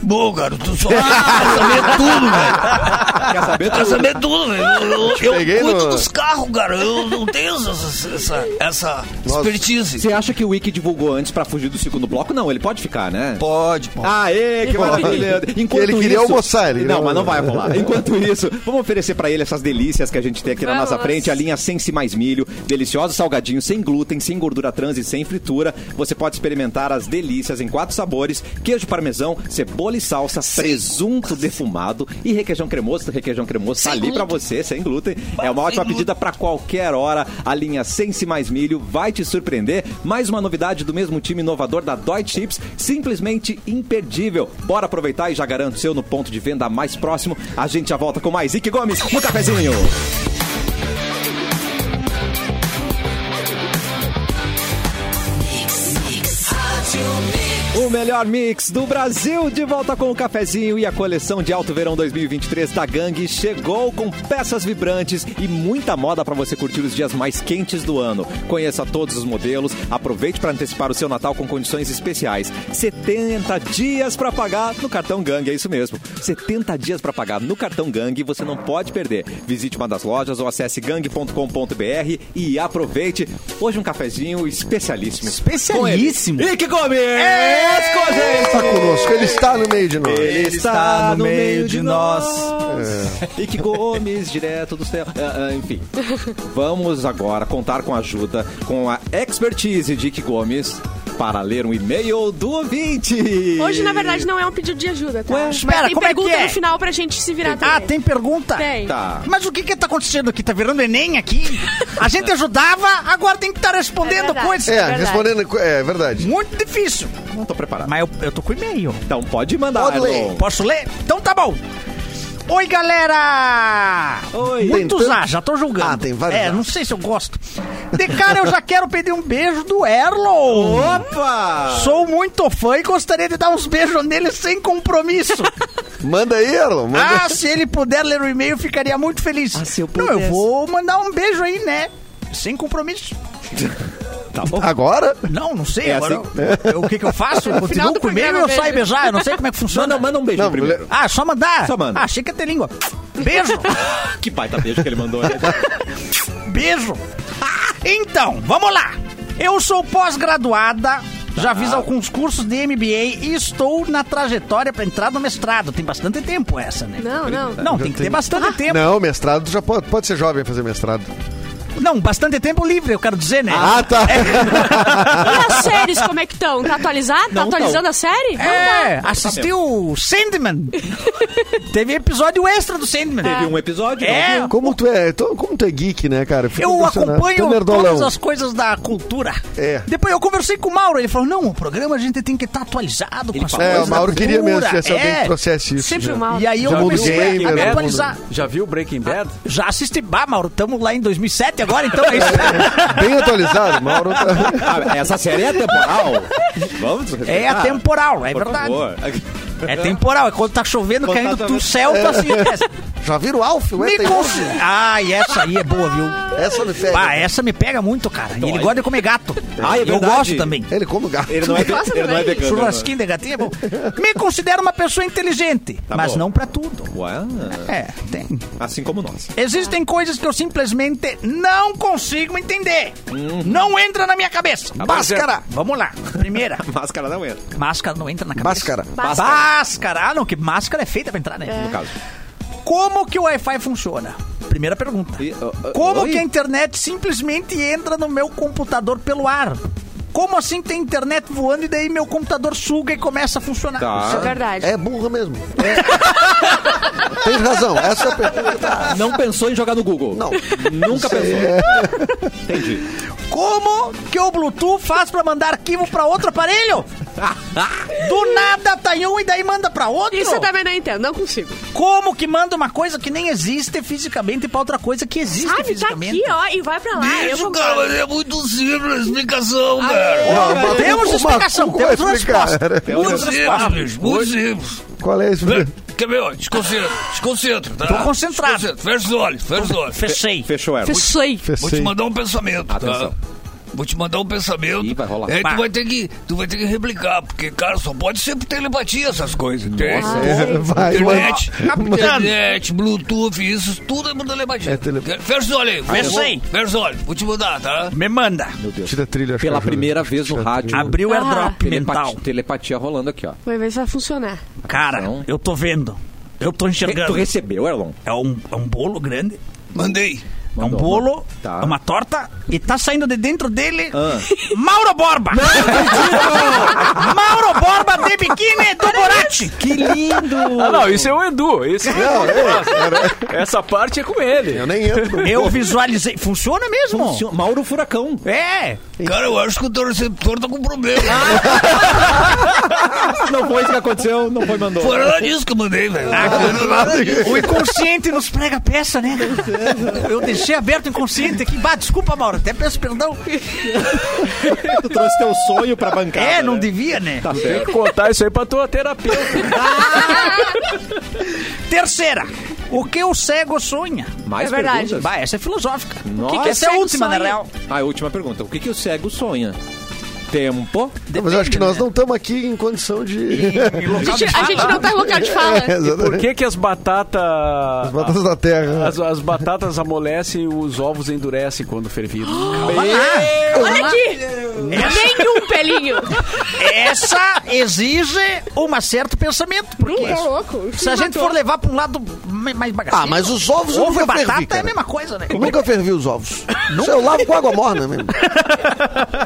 K: Bom, cara, tu só quer saber tudo, velho.
A: Quer saber?
K: Quer saber tudo, velho. Eu, eu,
D: peguei
K: eu cuido
D: no-
K: dos carros, cara. Eu não tenho essa, essa, essa expertise.
A: Você acha que o Wiki divulgou antes pra fugir do segundo bloco? Não, ele pode ficar, né?
F: Pode, pode.
A: Aê, que maravilha! Enquanto
D: Ele queria almoçar, ele queria
A: Não, mas não vai
D: almoçar.
A: rolar. Enquanto isso, vamos oferecer pra ele essas delícias que a gente tem aqui na
B: Vamos.
A: nossa frente. A linha Sense Mais Milho, delicioso salgadinho, sem glúten, sem gordura trans e sem fritura. Você pode experimentar as delícias em quatro sabores, queijo parmesão, cebola e e salsa, presunto defumado e requeijão cremoso. Requeijão cremoso tá ali pra você, sem glúten. É uma ótima pedida pra qualquer hora. A linha Sense Mais Milho vai te surpreender. Mais uma novidade do mesmo time inovador da Dói Chips, simplesmente imperdível. Bora aproveitar e já garanto o seu no ponto de venda mais próximo. A gente já volta com mais Ike Gomes no cafezinho. O melhor mix do Brasil de volta com o cafezinho e a coleção de Alto Verão 2023 da Gangue chegou com peças vibrantes e muita moda para você curtir os dias mais quentes do ano. Conheça todos os modelos, aproveite para antecipar o seu Natal com condições especiais. 70 dias para pagar no cartão Gangue, é isso mesmo. 70 dias para pagar no cartão Gangue, você não pode perder. Visite uma das lojas ou acesse gangue.com.br e aproveite. Hoje um cafezinho especialíssimo.
C: Especialíssimo.
A: E que comer!
D: Tá conosco, ele está no meio de nós.
A: É! Ele está no meio de nós.
D: É.
A: E que Gomes, direto do céu. Ah, ah, enfim, vamos agora contar com a ajuda, com a expertise de Ike Gomes para ler um e-mail do ouvinte.
B: Hoje, na verdade, não é um pedido de ajuda, tá?
C: Ué,
B: Mas
C: espera,
B: tem
C: como é que
B: pergunta
C: é?
B: no final pra gente se virar
C: Ah,
B: também.
C: tem pergunta?
B: Tem.
A: Tá.
C: Mas o que que tá acontecendo aqui? Tá virando Enem aqui? A gente ajudava, agora tem que estar
B: É
C: respondendo
B: verdade.
C: coisas.
D: É,
B: verdade.
D: respondendo. É verdade.
C: Muito difícil.
A: Não tô preparado.
C: Mas eu, eu tô com e-mail.
A: Então pode mandar,
D: Pode ler.
A: Elon.
C: Posso ler? Então tá bom. Oi, galera!
A: Oi.
C: Muitos
D: Tem tanto-
C: ah, já tô julgando.
D: Ah, tem vários
C: É,
D: ah.
C: não sei se eu gosto. De cara, eu já quero pedir um beijo do Erlon.
A: Opa!
C: Sou muito fã e gostaria de dar uns beijos nele sem compromisso.
D: Manda aí, Erlon. Manda.
C: ah, se ele puder ler o e-mail, ficaria muito feliz.
G: Ah, se eu
C: Não, eu
G: pudesse.
C: vou mandar um beijo aí, né? Sem compromisso.
A: Tá bom.
D: Agora?
C: Não, não sei.
A: É
C: agora eu- eu- o que, que eu faço? Eu
B: final
C: continuo
B: do
C: com o e-mail
B: programa,
C: ou eu
B: beijo.
C: saio beijar? Eu não sei como é que funciona.
A: Manda, manda um beijo
D: Não,
A: primeiro.
D: le-
C: Ah, só mandar?
A: Só manda.
C: Ah, achei que ia ter língua. Beijo.
A: Que baita beijo que ele mandou. né?
C: Beijo. Então, vamos lá. Eu sou pós-graduada,
D: Tá.
C: já fiz alguns cursos de MBA e estou na trajetória para entrar no mestrado. Tem bastante tempo essa, né?
B: Não, não.
C: Não, tem que ter
D: Ah.
C: bastante tempo.
D: Não, mestrado tu já pode, pode ser jovem e fazer mestrado.
C: É. Não, bastante tempo livre, eu quero dizer, né?
D: Ah, tá.
B: E as séries, como é que estão? Tá atualizado? Tá
A: Não tão.
B: atualizando a série? Não tá.
C: É, assistiu Sandman. Teve episódio extra do Sandman.
A: Teve um episódio. não
C: É,
A: viu?
D: Como tu é, tu- como tu é geek, né, cara? Fico
C: Eu
D: impressionado. Tu é
C: acompanho
D: nerdolão.
C: todas as coisas da cultura.
D: É.
C: Depois eu conversei com o Mauro, ele falou: não, o programa a gente tem que estar atualizado com as
A: falou.
C: coisas.
D: É, o Mauro
C: da
D: queria mesmo
C: cultura.
D: que tivesse alguém que trouxesse isso,
C: Sempre
D: né?
C: o Mauro. E aí eu
D: Já
C: comecei
D: mudei,
C: a me
D: né?
C: atualizar.
E: Já viu Breaking Bad?
C: Já assisti. Bah, Mauro, estamos lá em 2007 agora, então é isso.
D: Bem atualizado, Mauro. tá-
A: Ah, essa série é temporal. Vamos
C: É
A: respeitar,
C: atemporal, é
A: Ah. Por
C: verdade.
A: favor.
C: É temporal, é quando tá chovendo,
A: Quando tá
C: caindo
A: chovendo.
C: do céu, tá assim. É.
D: Já viram o Alf? O
C: Me
A: um.
D: Ethan
C: cons-
D: Alf?
C: Ai, essa aí é boa, viu?
D: Essa me pega.
C: Bah, essa me pega muito, cara. E ele
A: É. Dói.
C: gosta de comer gato.
A: Ah, é
C: eu
A: verdade.
C: gosto também.
D: Ele come gato.
A: Ele não é,
B: Gosta
A: ele não é
B: também?
A: vegano.
C: Churrasquinho de gatinha é bom. Me considero uma pessoa inteligente,
A: Tá
C: mas
A: bom.
C: não pra tudo.
A: Ué,
C: É, tem.
A: assim como nós.
C: Existem coisas que eu simplesmente não consigo entender. Não entra na minha cabeça. Máscara. Vamos lá. Primeira.
A: Máscara não entra.
C: Máscara não entra na cabeça.
D: Máscara.
B: Máscara.
C: Máscara. Ah, não, que máscara é feita pra entrar, né?
A: No caso.
C: Como que o Wi-Fi funciona? Primeira pergunta.
A: E, ó, ó,
C: Como
A: oi?
C: que a internet simplesmente entra no meu computador pelo ar? Como assim tem internet voando e daí meu computador suga e começa a funcionar?
A: Tá.
B: É verdade.
D: É burra mesmo. É. Tem razão. Essa é a pergunta.
A: Não pensou em jogar no Google?
D: Não.
A: Nunca pensou. Entendi.
C: Como que o Bluetooth faz pra mandar arquivo pra outro aparelho? Do nada tá em um e daí manda pra outro?
B: Isso é eu também não entendo, não consigo.
C: Como que manda uma coisa que nem existe fisicamente pra outra coisa que é existe
B: Sabe, tá aqui,
C: fisicamente?
B: ó, e vai pra lá. eu
F: Isso,
B: vou-
F: cara, mas é muito simples a explicação, cara.
D: Não, mas
C: Temos
D: como-
C: explicação,
D: como é
C: temos
D: explicar?
C: resposta.
F: Muito
C: Temos resposta.
F: simples, muito simples.
D: Qual é a
F: Vem,
D: explicação?
F: Quer ver, ó, desconcentra, desconcentra, tá?
C: Tô concentrado.
F: Desconcentra. Fecha os olhos, fecha os olhos.
C: Fechei.
A: Fechou, Erlon.
B: Fechei.
F: Vou te mandar um pensamento,
A: Atenção.
F: tá? Vou te mandar um pensamento.
A: Ih, vai rolar.
F: E aí
C: Pá.
F: tu vai, ter que, tu vai ter que replicar, porque, cara, só pode ser por telepatia essas coisas, entende?
D: Vai,
F: Internet,
D: é. mano. Tá
F: internet, Bluetooth, isso tudo é por telepatia.
D: É tele-
F: Fecha os olhos aí.
C: Fecha
F: vou-
C: aí.
F: Fecha os olhos, vou te mandar, tá?
C: Me manda.
D: Tira a trilha. acho
A: Pela
D: que ajuda.
A: primeira vez no
D: Tira a
A: rádio.
D: trilha.
C: Abriu o é
B: Ah.
C: airdrop
A: é
C: mental.
A: Telepati- telepatia rolando aqui, ó.
B: Vai ver se vai funcionar.
C: Cara,
A: Então.
C: eu tô vendo. Eu tô
A: Tu
C: enxergando.
A: recebeu, Erlon?
C: É um, é um bolo grande.
F: Mandei.
C: É um
A: Mandou,
C: bolo,
A: Tá.
C: é uma torta, e tá saindo de dentro dele Mauro Borba! Mauro Borba de biquíni do Borati!
G: Que lindo!
E: Ah, não, isso é o Edu. Isso é o Edu. que faz. Essa parte é com ele.
D: Eu nem entro. no-
C: Eu visualizei. Funciona mesmo?
A: Funciona- Mauro Furacão.
C: É!
F: Cara, eu acho que o teu receptor tá com problema.
A: Não foi isso que aconteceu, não foi mandou.
F: Foi nada disso que eu mandei, velho.
C: Ah, O inconsciente nos prega peça, né? Eu deixei aberto o inconsciente aqui. Bah, desculpa, Mauro, até peço perdão.
A: Tu trouxe teu sonho pra bancada.
C: É, não
A: né?
C: devia, né?
E: Tem que contar isso aí pra tua terapeuta.
C: Terceira, o que o cego sonha?
A: Mais
B: É verdade.
A: perguntas?
C: Bah, essa é filosófica.
A: Nossa.
C: Que que essa é a
B: cego
C: última, na
B: sonha?
C: real.
A: Ah, a última pergunta. O que, que o cego sonha? Tempo.
D: Não, mas eu acho que nós não estamos aqui em condição de.
B: A gente, a gente não tá em local de fala.
D: Exatamente.
E: Por que que as batatas...
D: As batatas da terra.
E: As, as batatas amolecem e os ovos endurecem quando fervidos.
B: Olha aqui! Nenhum pelinho!
C: Essa exige um certo pensamento, porque
F: É
A: é.
B: Tá louco?
C: se a gente for levar pra um lado ma- mais bagaceiro...
D: Ah, mas os ovos eu
C: Ovo e
D: nunca fervi,
C: batata é a
D: cara.
C: mesma coisa, né?
D: Eu nunca fervi os ovos. Isso eu lavo com água morna mesmo.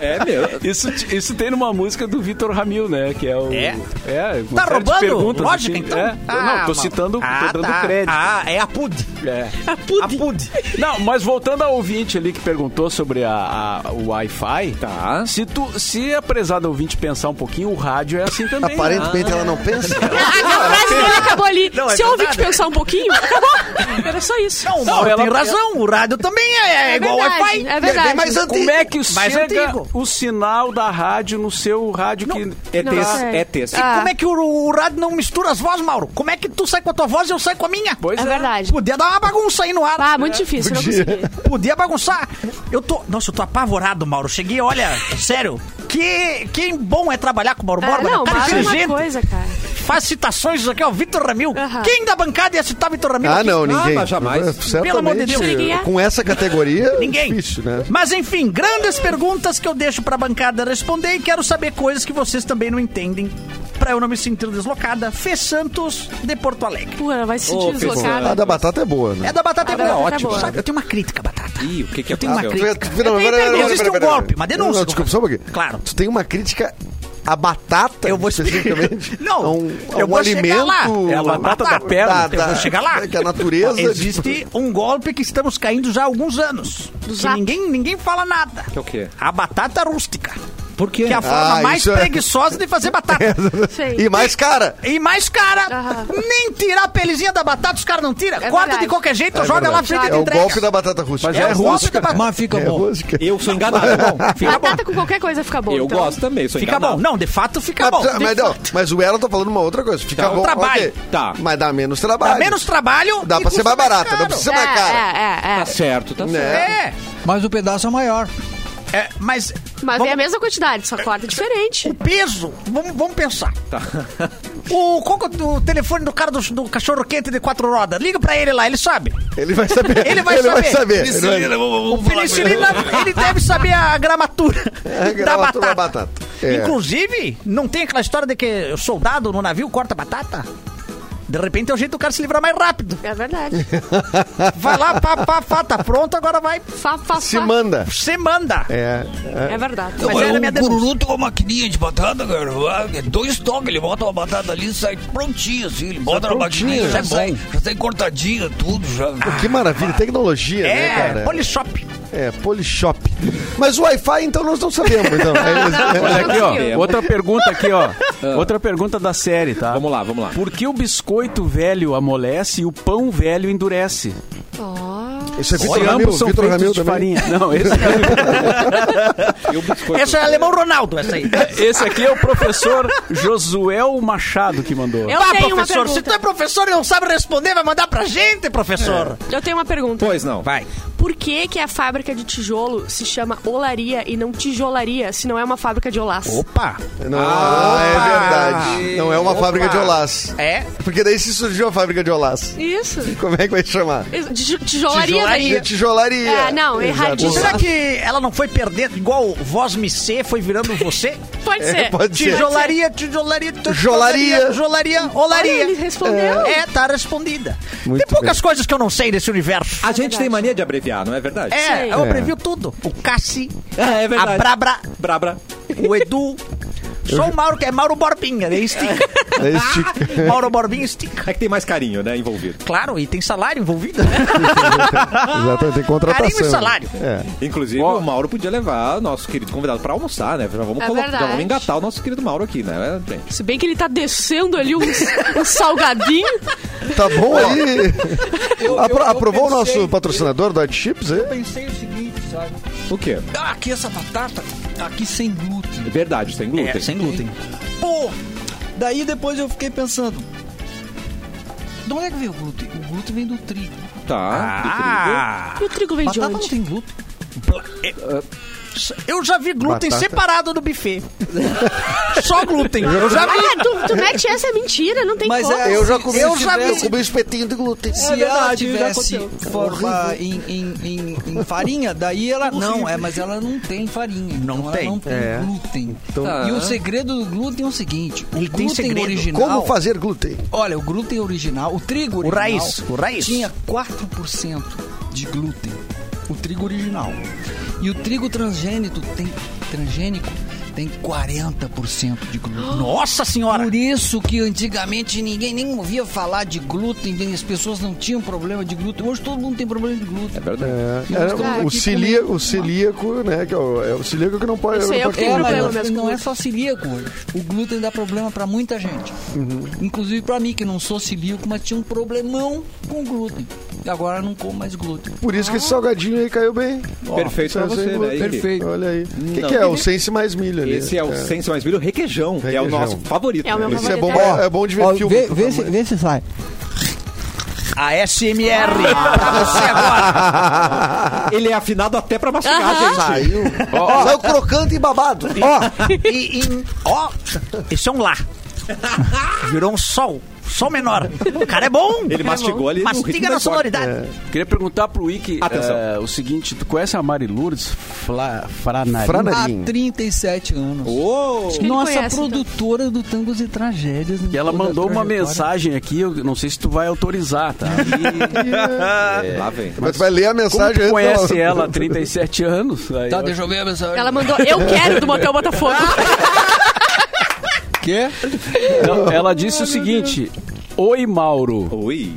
A: É mesmo.
E: Isso, isso tem numa música do Vitor Ramil, né? Que é o.
C: É?
E: é uma
C: Tá
E: série de
C: roubando?
E: perguntas,
C: Lógica,
E: assim,
C: então.
E: é. Eu não, tô
C: Mauro.
E: citando,
C: Ah,
E: tô dando
C: tá.
E: crédito.
C: Ah, é a PUD.
E: É.
B: A pude.
E: Não, mas voltando ao ouvinte ali que perguntou sobre a, a- o Wi-Fi.
A: Tá.
E: Se, tu, se a prezada ouvinte pensar um pouquinho, o rádio é assim também.
D: Aparentemente ela não pensa.
B: A, a Ah, frase dele acabou ali.
C: Não, é
B: Se eu ouvir te
C: verdade.
B: pensar um pouquinho, acabou. Era só isso.
C: Não, o
E: Não,
C: Mauro
E: ela-
C: tem razão. O rádio também é, é
B: É
C: igual ao
B: verdade,
C: Wi-Fi.
B: é verdade.
D: Bem mais antigo.
E: Como é que chega
C: antigo.
E: o sinal da rádio no seu rádio que.
A: É texto.
B: sei.
A: É texto.
B: Ah.
C: Como é que o, o rádio não mistura as vozes, Mauro? Como é que tu sai com a tua voz e eu saio com a minha?
E: Pois
B: É
E: é.
B: verdade.
C: Podia dar uma bagunça aí no ar.
B: Ah, muito difícil, não consegui.
C: Podia bagunçar. Eu tô. Nossa, eu tô apavorado, Mauro. Cheguei, olha, sério. Que, que bom é trabalhar com o Mauro
B: Ah,
C: Borba. né?
B: não,
C: cara
B: mas é uma
C: inteligente.
B: coisa, cara.
C: Faz citações aqui, ó. Vitor Ramil.
B: Aham.
C: Quem é da bancada ia citar Vitor Ramil?
D: Ah,
C: aqui?
D: não, ninguém. É,
A: mas jamais.
D: Certamente,
C: Pelo amor de Deus.
B: Isso ninguém é.
D: Com essa categoria,
C: Ninguém. É
D: difícil, né?
C: Mas enfim, grandes perguntas que eu deixo pra bancada responder e quero saber coisas que vocês também não entendem. Pra eu não me sentir deslocada, Fê Santos de Porto Alegre.
B: Pô, ela vai se
A: Ô,
B: sentir
A: Fê,
D: A
B: deslocada.
D: da batata é boa, né?
C: É da batata
B: Ah, não,
C: boa.
B: ótimo.
C: Sabe, eu tenho uma crítica, à batata.
A: Ih, o que, que é
C: Ah. Eu tenho uma
A: possível?
D: Tu- tu- tu- não,
B: Eu tenho
D: pera, pera,
C: Existe
D: pera,
C: um
D: pera, pera.
C: golpe, uma denúncia.
D: Não, desculpa, só um pouquinho.
C: Claro.
D: Tu tem uma crítica à batata,
C: Eu vou explicar.
D: especificamente?
C: Não,
D: a um, a
C: eu
D: um
C: vou chegar
D: alimento...
C: lá. É
E: a batata da perna.
D: da-
C: Eu vou
D: da-
C: chegar lá.
D: Que é a natureza...
C: Existe um golpe que estamos caindo já há alguns anos. Que
B: Exato.
C: ninguém, ninguém fala nada.
A: Que é o quê?
C: A batata rústica.
A: Por quê?
C: Que é a forma
D: Ah,
C: mais
D: isso é-
C: preguiçosa de fazer batata.
B: Sei.
D: E mais cara.
C: E mais cara,
B: Aham.
C: nem tirar a pelezinha da batata, os caras não tiram.
B: É
C: Corta
B: verdade.
C: de qualquer jeito,
D: É
C: joga lá
D: verdade.
C: frente
D: É
C: de
D: o golpe
C: entrega.
D: da batata rústica.
E: Mas
C: É,
E: é
C: o golpe da batata.
G: Mas fica
D: É
G: bom.
D: rústica.
A: Eu sou enganado. Bom, fica bom.
C: é
B: Batata com qualquer coisa fica bom.
A: Eu
B: então.
A: gosto também, sou
C: Fica
A: enganado.
C: bom. Não, de fato fica
D: Ah,
C: bom.
D: tá, mas,
C: De
D: não,
C: fato.
D: mas o ela tá falando uma outra coisa. Fica
C: Dá um
D: bom.
C: trabalho.
D: ok.
A: Tá.
D: Mas dá menos trabalho.
C: Dá menos trabalho.
D: Dá
C: e
D: pra ser
C: custa
D: mais barata,
C: caro.
D: não precisa
B: É,
D: mais cara.
B: é, é, é.
A: Tá certo, tá certo.
D: Né?
C: É,
G: Mas o pedaço é maior.
C: é, mas.
B: Mas
C: vamos-
B: é a mesma quantidade, só corta diferente.
C: O peso, vamos, vamos pensar.
D: Tá.
C: O, qual que é o telefone do cara do, do cachorro quente de quatro rodas? Liga pra ele lá, ele sabe.
D: Ele vai saber.
C: Ele vai
D: Ele vai
C: saber.
D: saber. Ele vai-
F: Penicilina, vamos, vamos falar com ele.
C: Penicilina, ele deve saber a gramatura,
D: É,
C: da
D: gravatura
C: batata.
D: da batata. É.
C: Inclusive, não tem aquela história de que soldado no navio corta batata? De repente é o jeito do cara se livrar mais rápido.
B: É verdade.
C: Vai lá, pá, pá, pá, tá pronto, agora vai,
B: Fá, fá,
D: Se
B: fá.
D: manda.
C: você manda.
D: É.
B: É verdade.
C: Mas
F: Olha,
C: era minha
F: o
C: denúncia.
F: Cururu tem um uma maquininha de batata, cara. Ah, é Dois toques, ele bota uma batata ali e sai prontinha, assim. Ele bota na maquininha, já,
G: é
F: sai,
G: bom.
F: já sai cortadinha, tudo já.
D: Que maravilha, tecnologia,
C: É,
D: né, cara?
C: Polishop.
D: É, Polishop. Mas o Wi-Fi, então, nós não sabemos. Então. É, Ah.
E: Olha aqui, ó.
A: Conseguimos.
E: Outra pergunta aqui, ó. Outra pergunta da série, tá?
A: Vamos lá, vamos lá.
E: Por que o biscoito velho amolece e o pão velho endurece?
B: Ó.
D: Isso é
E: Se
D: Vitor Ramil,
E: ambos são
D: Vitor
E: feitos
D: Ramil
E: de
D: também.
E: farinha. Não, esse
A: Eu biscoito.
C: Essa é alemão Ronaldo, essa aí.
E: Esse aqui é o professor Josuel Machado que mandou.
B: Eu
C: Ah,
B: tenho uma
C: professor, se tu é
B: pergunta.
C: professor e não sabe responder, vai mandar pra gente,
D: É.
C: professor.
B: Eu tenho uma pergunta.
A: Pois não.
C: Vai.
B: Por que, que a fábrica de tijolo se chama olaria e não tijolaria, se não é uma fábrica de olás?
C: Opa.
D: Não, é verdade. Não é uma fábrica de olás.
C: É,
D: Porque daí se surgiu a fábrica de olás.
B: Isso.
D: Como é que vai se chamar?
B: Tij- Tijolaria,
D: De
C: tijolaria.
D: tijolaria.
B: É, não, erradinho.
C: Será que ela não foi perdendo igual voz me ser foi virando você?
B: Pode ser.
D: É, pode ser.
C: Tijolaria, tijolaria, tijolaria,
D: Jolaria.
C: jolaria,
B: Olha,
C: olaria.
B: ele respondeu.
C: É, tá respondida.
D: Muito
C: Tem poucas
D: bem.
C: coisas que eu não sei desse universo.
A: A gente tem mania de abreviar, não é verdade?
C: É,
B: Ah, Sim.
C: eu
D: É.
C: previu tudo. O Cassi,
A: É, é
C: a Brabra,
A: Brabra.
C: o Edu. Só o Mauro, que é Mauro Borbinha, daí estica. Ah,
D: Aí estica.
C: Mauro Borbinha estica.
A: É que tem mais carinho, né, envolvido.
C: Claro, e tem salário envolvido. né?
D: Exatamente, tem contratação.
C: Carinho e salário.
D: É.
A: Inclusive,
E: Ó.
A: o Mauro podia levar nosso querido convidado pra almoçar, né? Já vamos,
B: É
A: colocar, já
B: verdade.
A: vamos engatar o nosso querido Mauro aqui, né? gente?
B: Se bem que ele tá descendo ali um, um salgadinho.
D: Tá bom aí.
F: Eu-
D: Apro-
F: eu- eu
D: aprovou o
F: pensei-
D: nosso patrocinador, Dot Chips? é? aí?
F: Eu pensei o seguinte, sabe?
A: O quê?
F: Ah, aqui essa batata, tá aqui sem glúten.
A: É verdade, sem glúten.
C: glúten.
F: Pô! Daí depois eu fiquei pensando. De onde é que veio o glúten? O glúten vem do trigo.
A: Tá.
C: Ah,
B: E o trigo vem de
F: Batata não
B: onde?
F: tem glúten.
C: eu já vi glúten
D: Batata.
C: separado do buffet. Só glúten. Eu já vi.
B: Ah, tu, tu mete essa é mentira, não tem
F: Mas
B: como.
F: é-
D: Eu já comi,
F: Eu
D: esse-
F: já vi.
D: eu comi um espetinho de glúten.
F: Se ela
A: verdade, já
F: tivesse
A: aconteceu.
F: forma em, em- em- em farinha, daí ela. Não, é, mas ela não tem farinha.
C: Não
F: então
C: tem.
F: Ela não tem
D: É.
F: glúten.
A: Tá.
F: E o segredo do glúten é o seguinte: o
C: Ele tem
F: glúten
C: segredo.
F: original.
D: Como fazer glúten?
F: Olha, o glúten original, o trigo original.
C: raiz, o raiz.
F: Tinha 4% de glúten. O trigo original. E o trigo transgênito tem. Transgênico tem 40% de glúten.
C: Nossa senhora.
F: Por isso que antigamente ninguém nem ouvia falar de glúten, nem- as pessoas não tinham problema de glúten. Hoje todo mundo tem problema de glúten.
A: É verdade.
D: É,
F: E nós
D: era
F: estamos aqui
D: o,
F: com-
D: celíaco, o celíaco, né? Que é o, é o celíaco que não pode.
B: Esse
D: não
B: aí é o
D: pode
B: que tem
F: É,
D: comer,
F: mas
B: problema
D: né?
F: não-
B: mesmo com
F: não é
B: glúten.
F: só celíaco hoje. O glúten dá problema pra muita gente.
B: Uhum.
F: Inclusive pra mim, que não sou celíaco, mas tinha um problemão com glúten. E agora eu não como mais glúten.
D: Por isso que esse salgadinho aí caiu bem.
A: Perfeito pra
D: Isso é
A: você,
D: sem
A: né?
D: glúten.
A: Henrique?
F: Perfeito.
D: Olha aí. O que,
A: Não.
D: que é? O sense mais milho ali.
A: Esse é o senso mais milho, requeijão, que é o
D: Requeijão.
A: nosso favorito.
B: É o meu
A: né?
D: Esse é bom,
B: Ó,
D: é bom de ver filme.
L: vê,
D: pro
L: vê, se,
D: tamanho.
L: vê se sai.
C: ASMR. Pra você agora.
A: Ele é afinado até pra mastigar, gente.
D: Saiu. Saiu crocante e babado. Ó,
C: E, e- ó, esse é um lá. Virou um sol. Sol menor. O cara é bom.
A: Ele mastigou ali no ritmo
C: Mastiga
A: da corda.
C: na sonoridade.
E: Queria perguntar pro Wiki
A: Atenção.
E: eh, o seguinte: tu conhece a Mari Lourdes? Fla, Franari?
F: Há
D: Franarinho.
F: 37 anos.
A: Ô,
B: que ele
F: Nossa
B: conhece, então.
F: produtora do Tangos e Tragédias.
E: E ela
F: Toda a
E: mandou uma
F: trajetória.
E: mensagem aqui, eu não sei se tu vai autorizar, tá?
A: É, Lá vem.
D: Mas vai ler a
E: Como
D: mensagem é então.
E: tu
D: antes
E: conhece
D: dela-
E: ela há 37 anos? Aí
F: Tá,
E: eu-
F: deixa eu ver a mensagem.
B: Ela mandou, eu quero do Motel Botafogo.
F: Quê?
E: Não, ela disse o seguinte: Oi, Mauro.
A: Oi.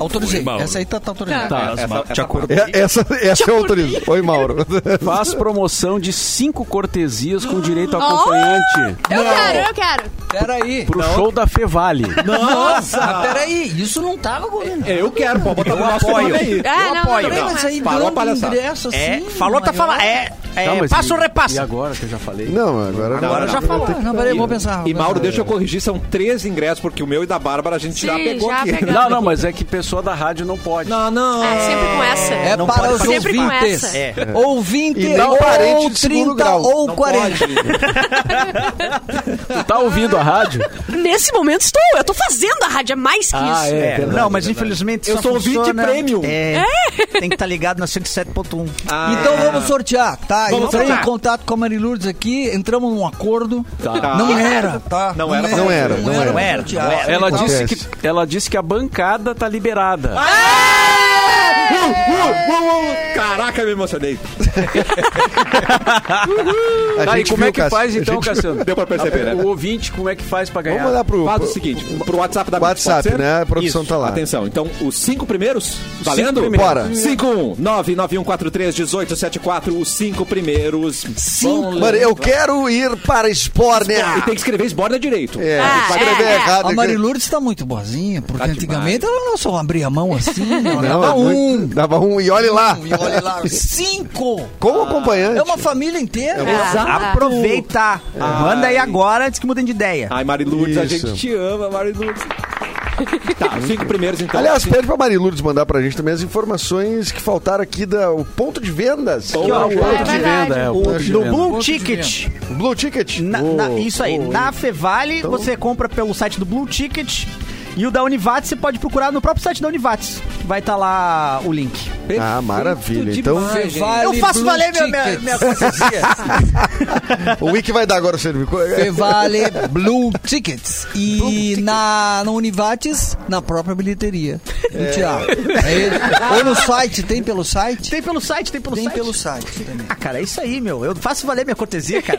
F: Autorizei.
M: Mauro.
F: Essa aí tá, tá autorizada.
E: Tá.
A: te acordei.
D: É, essa essa eu autorizo. Oi, Mauro.
E: Faz promoção de cinco cortesias com direito a acompanhante
B: Eu quero, eu quero.
F: Peraí.
E: pro show da Fevale.
F: Ah,
A: Nossa!
F: peraí. Isso não tava, governo.
A: Eu quero, pode botar o nosso
C: apoio.
A: nome aí.
B: É. Ah, não,
C: apoio.
B: não, não,
F: mas
B: não.
F: aí
A: Parou a
F: dando
A: palhaçada.
F: ingresso assim.
C: É, falou, tá
F: maior.
C: falando. É, é,
E: Tá, mas
C: passa
E: e-
C: ou repassa.
E: E agora que eu já falei?
D: Não, agora não.
A: Agora já
F: falou. Não, peraí, É, eu vou pensar.
A: E
F: vou
A: Mauro,
F: pensar.
A: deixa eu corrigir, são três ingressos, porque o meu e da Bárbara a gente já
B: Sim,
A: pegou
B: já
A: aqui.
B: pegamos.
E: Não, não, mas é que pessoa da rádio não pode.
A: Não, não.
B: Ah, sempre com essa.
F: É
C: Não
F: para
C: pode
F: os
C: fazer.
B: Sempre com
F: ouvintes.
B: essa.
C: É.
F: Ouvinte
D: E nem
F: ou
D: parente de segundo
F: 30
D: grau.
F: ou
A: Não
F: 40.
A: pode.
E: Tu tá ouvindo a rádio?
B: Nesse momento estou, eu tô fazendo a rádio, é mais que
E: Ah,
B: isso.
E: é.
C: É,
E: verdade,
C: não, mas infelizmente
A: Eu
C: só
A: sou ouvinte
C: funciona-
A: premium.
C: É, Tem que estar ligado na 107.1.
A: Ah,
F: Então vamos sortear, tá?
A: Vamos
F: Entrei
A: sortear.
F: em contato com a Mari Lourdes aqui, entramos num acordo.
A: Tá.
F: Não era, tá?
A: Não era,
D: não era, não era.
F: pra
D: Não
C: era,
F: sortear.
C: não era.
E: Ela
D: Então-
E: disse, que, ela disse que a bancada tá liberada.
A: Caraca, me emocionei.
D: A
E: Tá, e
D: gente
E: como
D: viu,
E: é que
D: Cássio.
E: faz
D: A
E: então,
D: gente-
E: Cassiano?
A: Deu pra perceber, né?
E: O ouvinte, como é que faz pra ganhar?
D: Vamos olhar pro.
A: Faz o
D: pro-
A: seguinte, pro WhatsApp da Mix,
D: WhatsApp,
A: pode ser?
D: né? A produção
A: Isso.
D: tá lá.
A: Atenção, então os cinco primeiros, valendo?
E: primeiros.
D: Bora.
A: 51991431874, os cinco primeiros. Cinco.
D: Mano, eu quero ir para Spornia.
A: E tem que escrever Esborna direito.
D: É,
B: Ah,
D: tem que escrever
B: é, é.
D: errado.
F: A
D: aqui.
F: Mari Lourdes tá muito boazinha,
A: Tá
F: porque antigamente ela não só abria a mão assim, não,
D: Não,
F: dava
D: é muito-
F: um.
D: Dava um e olhe lá.
F: E olha lá, cinco!
D: Como acompanhante.
F: É uma família inteira.
D: é.
B: Ah,
C: Aproveita. Manda aí agora antes que mudem de ideia.
A: Ai, Mari Lourdes, a
D: Isso.
A: gente te ama, Mari Lourdes. Tá, os cinco primeiros então.
D: Aliás,
A: Cinco-
D: pede pra Mari Lourdes mandar pra gente também as informações que faltaram aqui da, o ponto de vendas.
A: Boa,
D: Que é o-
A: boa.
B: É verdade.
E: é, o
D: O-
E: ponto de
C: No
E: venda.
C: Blue
F: Outro
C: Ticket.
D: o Blue Ticket.
C: Na- na- isso aí. na Fevale, você compra pelo site do Blue Ticket. E o da Univates, você pode procurar no próprio site da Univates. Vai estar tá lá o link.
D: Ah, maravilha. Então,
G: Fevale
C: Eu faço
G: Blue
C: valer minha- minha-
G: Tickets.
C: minha
D: o Wiki vai dar agora o serviço.
G: Fevale Blue Tickets. E na, na Univates, na própria bilheteria. No teatro. É ele. Ou no site, tem pelo site?
C: Tem pelo site, tem pelo
G: Tem
C: site.
G: pelo site também.
C: Ah, cara, é isso aí, meu. Eu faço valer minha cortesia, cara.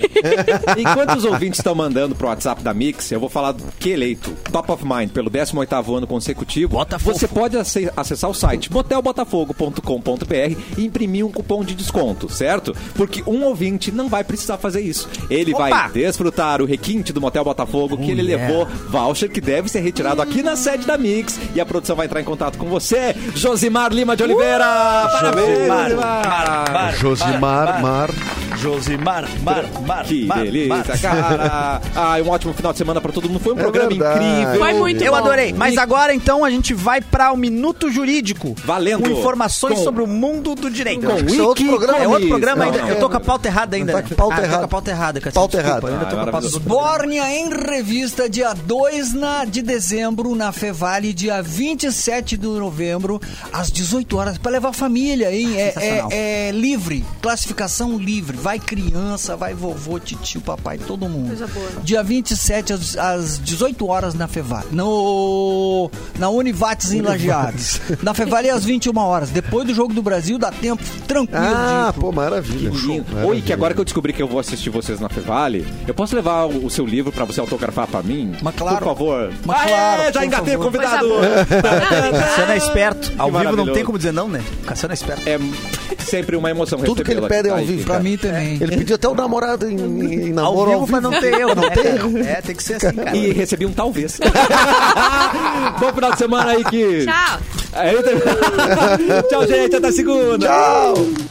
A: Enquanto os ouvintes estão mandando pro WhatsApp da Mix, eu vou falar do que eleito Top of Mind pelo 18º ano consecutivo.
F: Botafogo.
A: Você pode ace- acessar o site motelbotafogo.com.br e imprimir um cupom de desconto, certo? Porque um ouvinte não vai precisar fazer isso. Ele
C: Opa!
A: vai desfrutar o requinte do Motel Botafogo que ele levou, voucher que deve ser retirado aqui na sede da Mix e a produção vai entrar em contato com você, Josimar Lima de Oliveira. Parabéns,
F: Josimar.
A: Josimar.
D: Josimar, Mar.
F: Josimar, Mar, Mar,
A: Que
F: Mar,
A: delícia,
F: Mar.
A: cara. Ai, um ótimo final de semana pra todo mundo. Foi um
D: É
A: programa
D: verdade.
A: incrível.
B: Foi muito
C: Eu
B: bom.
C: adorei. Mas agora, então, a gente vai para o Minuto Jurídico.
A: Valendo.
C: Com informações
A: Com-
C: sobre o mundo do direito.
A: Com
C: Acho que isso
A: Wiki
C: é outro programa. É outro
A: Comis.
C: programa
A: Não,
C: ainda.
A: não.
C: Eu tô com a pauta errada ainda. né?
D: tá aqui. Pauta
G: ah, tô com
D: errada.
G: a pauta errada, Cassiano.
D: Pauta
G: Desculpa,
D: errada.
G: ainda tô
A: Ah,
G: com a pauta
A: maravilhoso.
G: Bórnia em revista, dia 2 na- de dezembro, na Fevale, dia 27 de novembro, às 18 horas, para levar a família, hein? É,
C: Sensacional.
G: é- é livre, classificação livre. Vai criança, vai vovô, titio, papai, todo mundo.
B: Coisa boa. né?
G: Dia 27 às, às 18 horas na Fevale. No, na Univates em Lajeados. Na Fevale às 21 horas. Depois do Jogo do Brasil, dá tempo tranquilo de ir
D: Ah,
G: pro-
D: pô, maravilha. Maravilha.
A: Oi, que agora que eu descobri que eu vou assistir vocês na Fevale, eu posso levar o, o seu livro pra você autografar pra mim?
G: Mas claro.
A: Por favor.
G: Mas
A: Ah,
G: claro,
A: é, já
G: por
A: engatei o
G: favor.
A: convidado.
C: Cassiano é esperto. Ao vivo não
A: maravilhoso.
C: tem como dizer não, né? Cassiano é esperto.
A: É sempre uma emoção
D: Tudo que ele
A: recebê-lo
D: pede
A: aqui,
D: é ao
A: tá,
D: vivo.
A: gente?
G: Pra mim também.
D: Ele pediu até o namorado em, em
C: Ao
D: namoro
C: vivo, mas não tem eu. Não
D: tem.
C: É, tem que ser assim, cara.
A: E recebi um talvez. Bom final de semana aí que. É
B: Tchau.
A: Aí eu tenho- Tchau, gente. Até segunda.
D: Tchau!